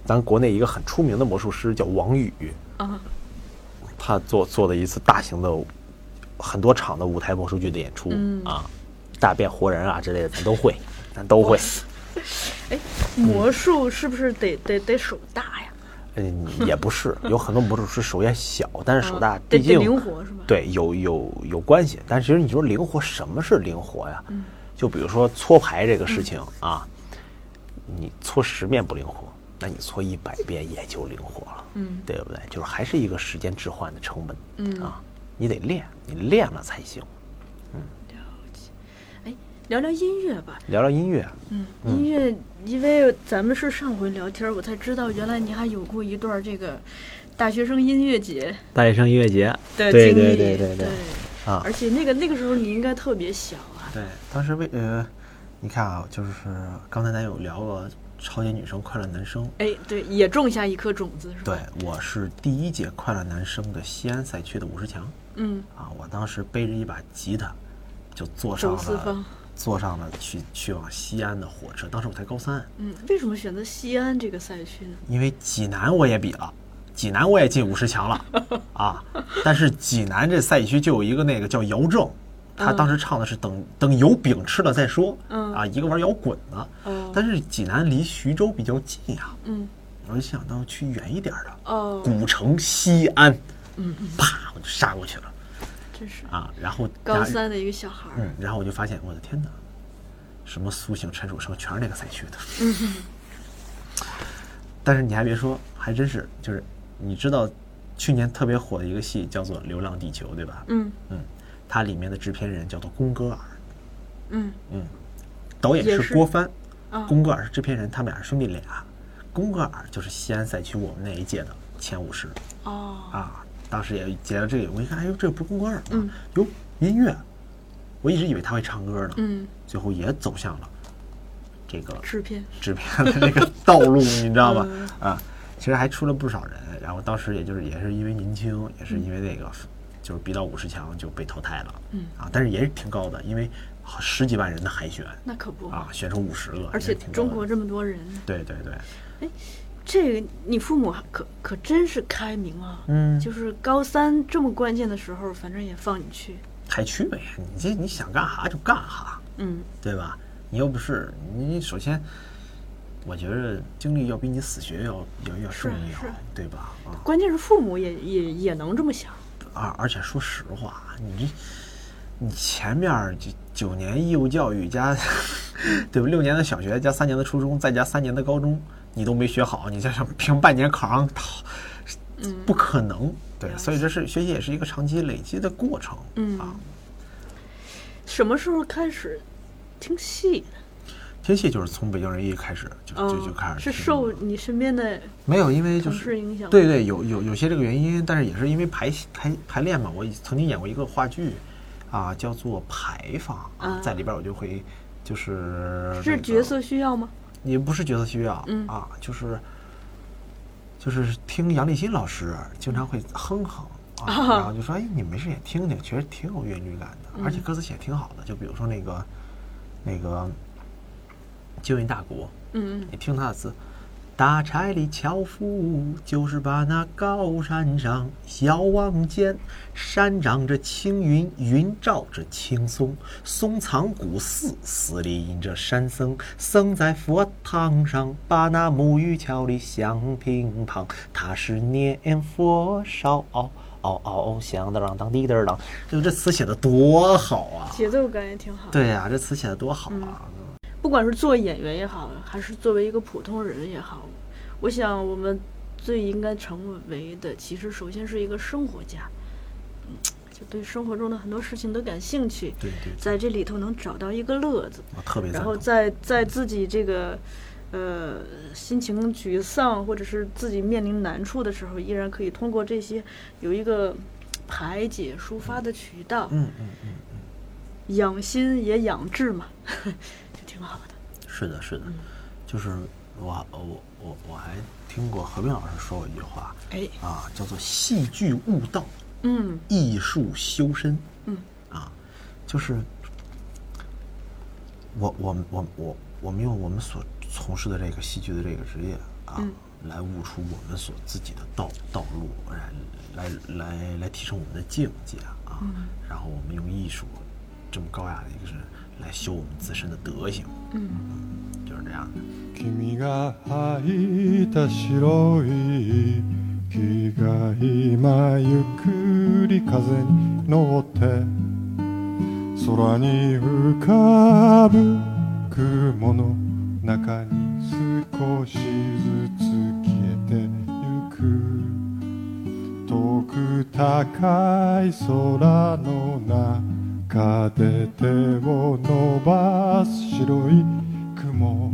[SPEAKER 3] 咱国内一个很出名的魔术师叫王宇，
[SPEAKER 2] 啊，
[SPEAKER 3] 他做做的一次大型的很多场的舞台魔术剧的演出、
[SPEAKER 2] 嗯
[SPEAKER 3] 啊，大变活人啊之类的咱都会，咱都会，
[SPEAKER 2] 魔术是不是得得得手大呀？
[SPEAKER 3] 嗯，也不是，有很多魔术师手也小，但是手大
[SPEAKER 2] 嗯，得
[SPEAKER 3] 毕
[SPEAKER 2] 得
[SPEAKER 3] 竟
[SPEAKER 2] 灵活是吧？
[SPEAKER 3] 对，有有有关系。但其实你说灵活，什么是灵活呀？就比如说搓牌这个事情啊，你搓十遍不灵活，那你搓一百遍也就灵活了，
[SPEAKER 2] 嗯
[SPEAKER 3] 对不对？就是还是一个时间置换的成本，
[SPEAKER 2] 嗯
[SPEAKER 3] 啊，你得练，你练了才行。
[SPEAKER 2] 哎，聊聊音乐吧。
[SPEAKER 3] 聊聊音乐，
[SPEAKER 2] 嗯，音乐，因为咱们是上回聊天儿，我才知道原来你还有过一段这个大学生音乐节
[SPEAKER 3] 大学生音乐节，
[SPEAKER 2] 的经
[SPEAKER 3] 对
[SPEAKER 2] 历。
[SPEAKER 3] 对对对对啊
[SPEAKER 2] 而且那个那个时候你应该特别小啊。
[SPEAKER 3] 对，当时为呃，你看啊，就是刚才咱有聊过《超级女声快乐男生》，
[SPEAKER 2] 哎，对，也种下一颗种子是吧？
[SPEAKER 3] 对，我是第一届快乐男生的西安赛区的五十强。
[SPEAKER 2] 嗯，
[SPEAKER 3] 啊，我当时背着一把吉他，就坐上
[SPEAKER 2] 走四
[SPEAKER 3] 了
[SPEAKER 2] 方
[SPEAKER 3] 坐上了去去往西安的火车。当时我才高三，
[SPEAKER 2] 嗯，为什么选择西安这个赛区呢？
[SPEAKER 3] 因为济南我也比了，济南我也进五十强了
[SPEAKER 2] [laughs]
[SPEAKER 3] 啊。但是济南这赛区就有一个那个叫姚正，他当时唱的是等、等有饼吃了再说，
[SPEAKER 2] 嗯
[SPEAKER 3] 啊，一个玩摇滚的。
[SPEAKER 2] 哦
[SPEAKER 3] 但是济南离徐州比较近呀、
[SPEAKER 2] 嗯，
[SPEAKER 3] 我就想到去远一点儿的
[SPEAKER 2] 哦，
[SPEAKER 3] 古城西安，嗯，啪我就杀过去了
[SPEAKER 2] 真是
[SPEAKER 3] 啊。然后
[SPEAKER 2] 高
[SPEAKER 3] 然
[SPEAKER 2] 三的一个小孩儿。
[SPEAKER 3] 嗯，然后我就发现，我的天哪，什么苏醒、陈楚生，全是那个赛区的。 [laughs] 但是你还别说，还真是，就是你知道，去年特别火的一个戏叫做《流浪地球》，对吧？
[SPEAKER 2] 嗯
[SPEAKER 3] 嗯，它里面的制片人叫做宫格尔，
[SPEAKER 2] 嗯
[SPEAKER 3] 导演
[SPEAKER 2] 也
[SPEAKER 3] 是
[SPEAKER 2] 是
[SPEAKER 3] 郭帆，
[SPEAKER 2] 啊
[SPEAKER 3] 宫格尔是制片人，他们俩是兄弟俩。宫格尔就是西安赛区我们那一届的前五十
[SPEAKER 2] 哦，
[SPEAKER 3] 啊，当时也结了这个，我一看，哎呦，这不是宫格尔吗？
[SPEAKER 2] 嗯
[SPEAKER 3] 哟，音乐，我一直以为他会唱歌呢。
[SPEAKER 2] 嗯，
[SPEAKER 3] 最后也走向了这个
[SPEAKER 2] 制片
[SPEAKER 3] 制片的那个
[SPEAKER 2] [laughs]
[SPEAKER 3] 道路，你知道吧
[SPEAKER 2] 嗯？
[SPEAKER 3] 啊，其实还出了不少人，然后当时也就是也是因为年轻，也是因为那个，就是比到五十强就被淘汰了，
[SPEAKER 2] 嗯
[SPEAKER 3] 啊，但是也是挺高的，因为好十几万人的海选
[SPEAKER 2] 那可不，
[SPEAKER 3] 啊，选出五十个，
[SPEAKER 2] 而
[SPEAKER 3] 也
[SPEAKER 2] 且
[SPEAKER 3] 挺高的
[SPEAKER 2] 中国这么多人，
[SPEAKER 3] 对对对，
[SPEAKER 2] 这个你父母还可可真是开明啊！
[SPEAKER 3] 嗯
[SPEAKER 2] 就是高三这么关键的时候，反正也放你去。
[SPEAKER 3] 太区呗，你这你想干啥就干啥，
[SPEAKER 2] 嗯，
[SPEAKER 3] 对吧？你又不是你首先。我觉着精力要比你死学要要要
[SPEAKER 2] 是
[SPEAKER 3] 重
[SPEAKER 2] 啊
[SPEAKER 3] 要
[SPEAKER 2] 是啊，
[SPEAKER 3] 对吧？啊，
[SPEAKER 2] 关键是父母也也也能这么想。
[SPEAKER 3] 而而且说实话，啊你这你前面儿就九年义务教育加 [laughs] 对吧，六年的小学加三年的初中，再加三年的高中，你都没学好，你加上凭半年考上考不可能。对
[SPEAKER 2] 嗯了，
[SPEAKER 3] 所以这是学习也是一个长期累积的过程。嗯啊，
[SPEAKER 2] 什么时候开始听戏的？
[SPEAKER 3] 天蝎就是从北京人一开始就就就开始
[SPEAKER 2] 哦是
[SPEAKER 3] 听
[SPEAKER 2] 受你身边的
[SPEAKER 3] 没有，因为就
[SPEAKER 2] 同
[SPEAKER 3] 是
[SPEAKER 2] 事影响
[SPEAKER 3] 对对，有有有些这个原因，但是也是因为排戏排排练嘛。我曾经演过一个话剧，啊，叫做《牌坊》
[SPEAKER 2] 啊
[SPEAKER 3] 啊，在里边我就会就是那
[SPEAKER 2] 是
[SPEAKER 3] 个
[SPEAKER 2] 角色需要吗？
[SPEAKER 3] 也不是角色需要，
[SPEAKER 2] 嗯
[SPEAKER 3] 啊，就是就是听杨立新老师经常会哼哼
[SPEAKER 2] [laughs]
[SPEAKER 3] 啊，然后就说哎，你没事也听听，确实挺有韵律感的，
[SPEAKER 2] 嗯
[SPEAKER 3] 而且歌词写得挺好的。就比如说那个那个《旧印大鼓》，
[SPEAKER 2] 嗯，
[SPEAKER 3] 你听他的词。大柴里樵夫，就是把那高山上遥望见，山长着青云，云罩着青松，松藏古寺，寺里隐着山僧，僧在佛堂上把那木鱼敲里响乒乓，他是念佛烧嗷嗷嗷响的啷当滴的啷，就这词写的多好啊！
[SPEAKER 2] 节奏感也挺好。
[SPEAKER 3] 对呀、这词写的多好啊！
[SPEAKER 2] 不管是做演员也好，还是作为一个普通人也好，我想我们最应该成为的，其实首先是一个生活家，嗯，就对生活中的很多事情都感兴趣，
[SPEAKER 3] 对对对，
[SPEAKER 2] 在这里头能找到一个乐子，
[SPEAKER 3] 我特别赞
[SPEAKER 2] 然后
[SPEAKER 3] 同。
[SPEAKER 2] 在在自己这个呃心情沮丧或者是自己面临难处的时候，依然可以通过这些有一个排解抒发的渠道，
[SPEAKER 3] 嗯嗯嗯，
[SPEAKER 2] 养心也养志嘛， [laughs] 就挺好的。
[SPEAKER 3] 是的，是的，就是我我我我还听过何冰老师说过一句话
[SPEAKER 2] 哎，
[SPEAKER 3] 啊，叫做“戏剧悟道，
[SPEAKER 2] 嗯。
[SPEAKER 3] 艺术修身”。
[SPEAKER 2] 嗯，
[SPEAKER 3] 啊，就是我我我我我们用我们所从事的这个戏剧的这个职业啊，来悟出我们所自己的道道路，来来来来提升我们的境界啊。然后我们用艺术这么高雅的一个是来修我们自身的德行。嗯，就是这样的。
[SPEAKER 4] 君が履いた白い木が今ゆっくり風に乗って空に浮かぶ雲の中に少しずつ消えてゆく遠く高い空の中で手を伸ばす白い雲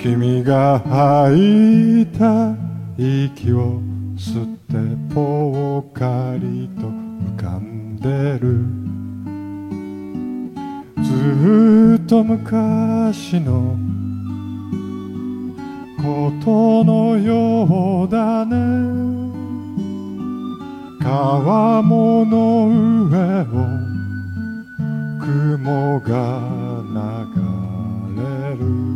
[SPEAKER 4] 君が吐いた息を吸ってぽっかりと浮かんでるずっと昔のことのようだね川もの上を雲が流れる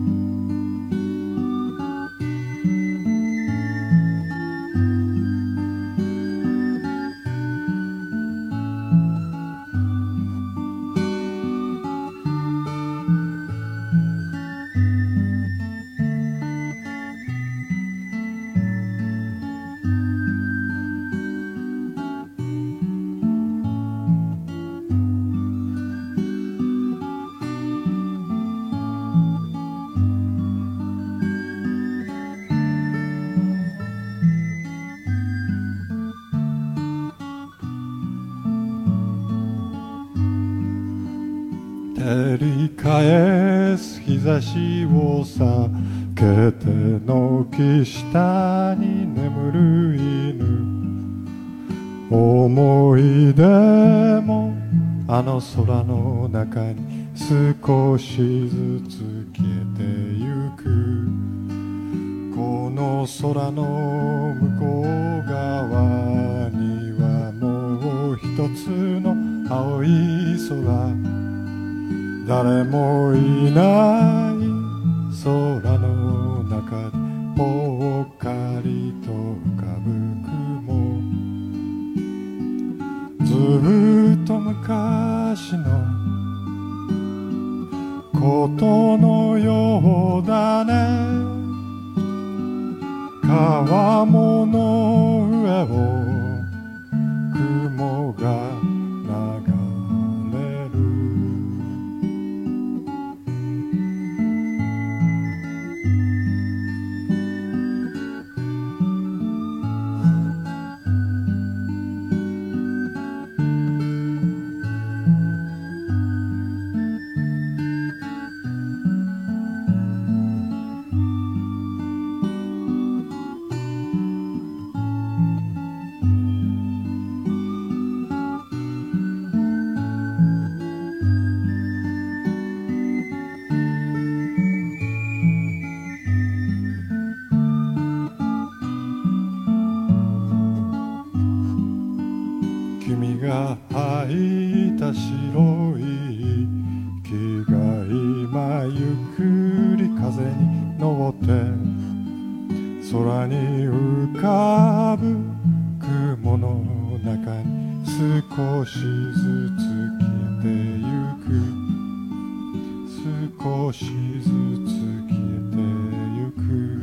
[SPEAKER 4] 照り返す日差しを避けて軒下に眠る犬思い出もあの空の中に少しずつ消えてゆくこの空の向こう側にはもう一つの青い空誰もいない空の中でぽっかりと浮かぶ雲ずっと昔のことのようだね川もの上を雲が流れる「た白い木が今ゆっくり風に乗って空に浮かぶ雲の中に少しずつ消えてゆく少しずつ消えてゆく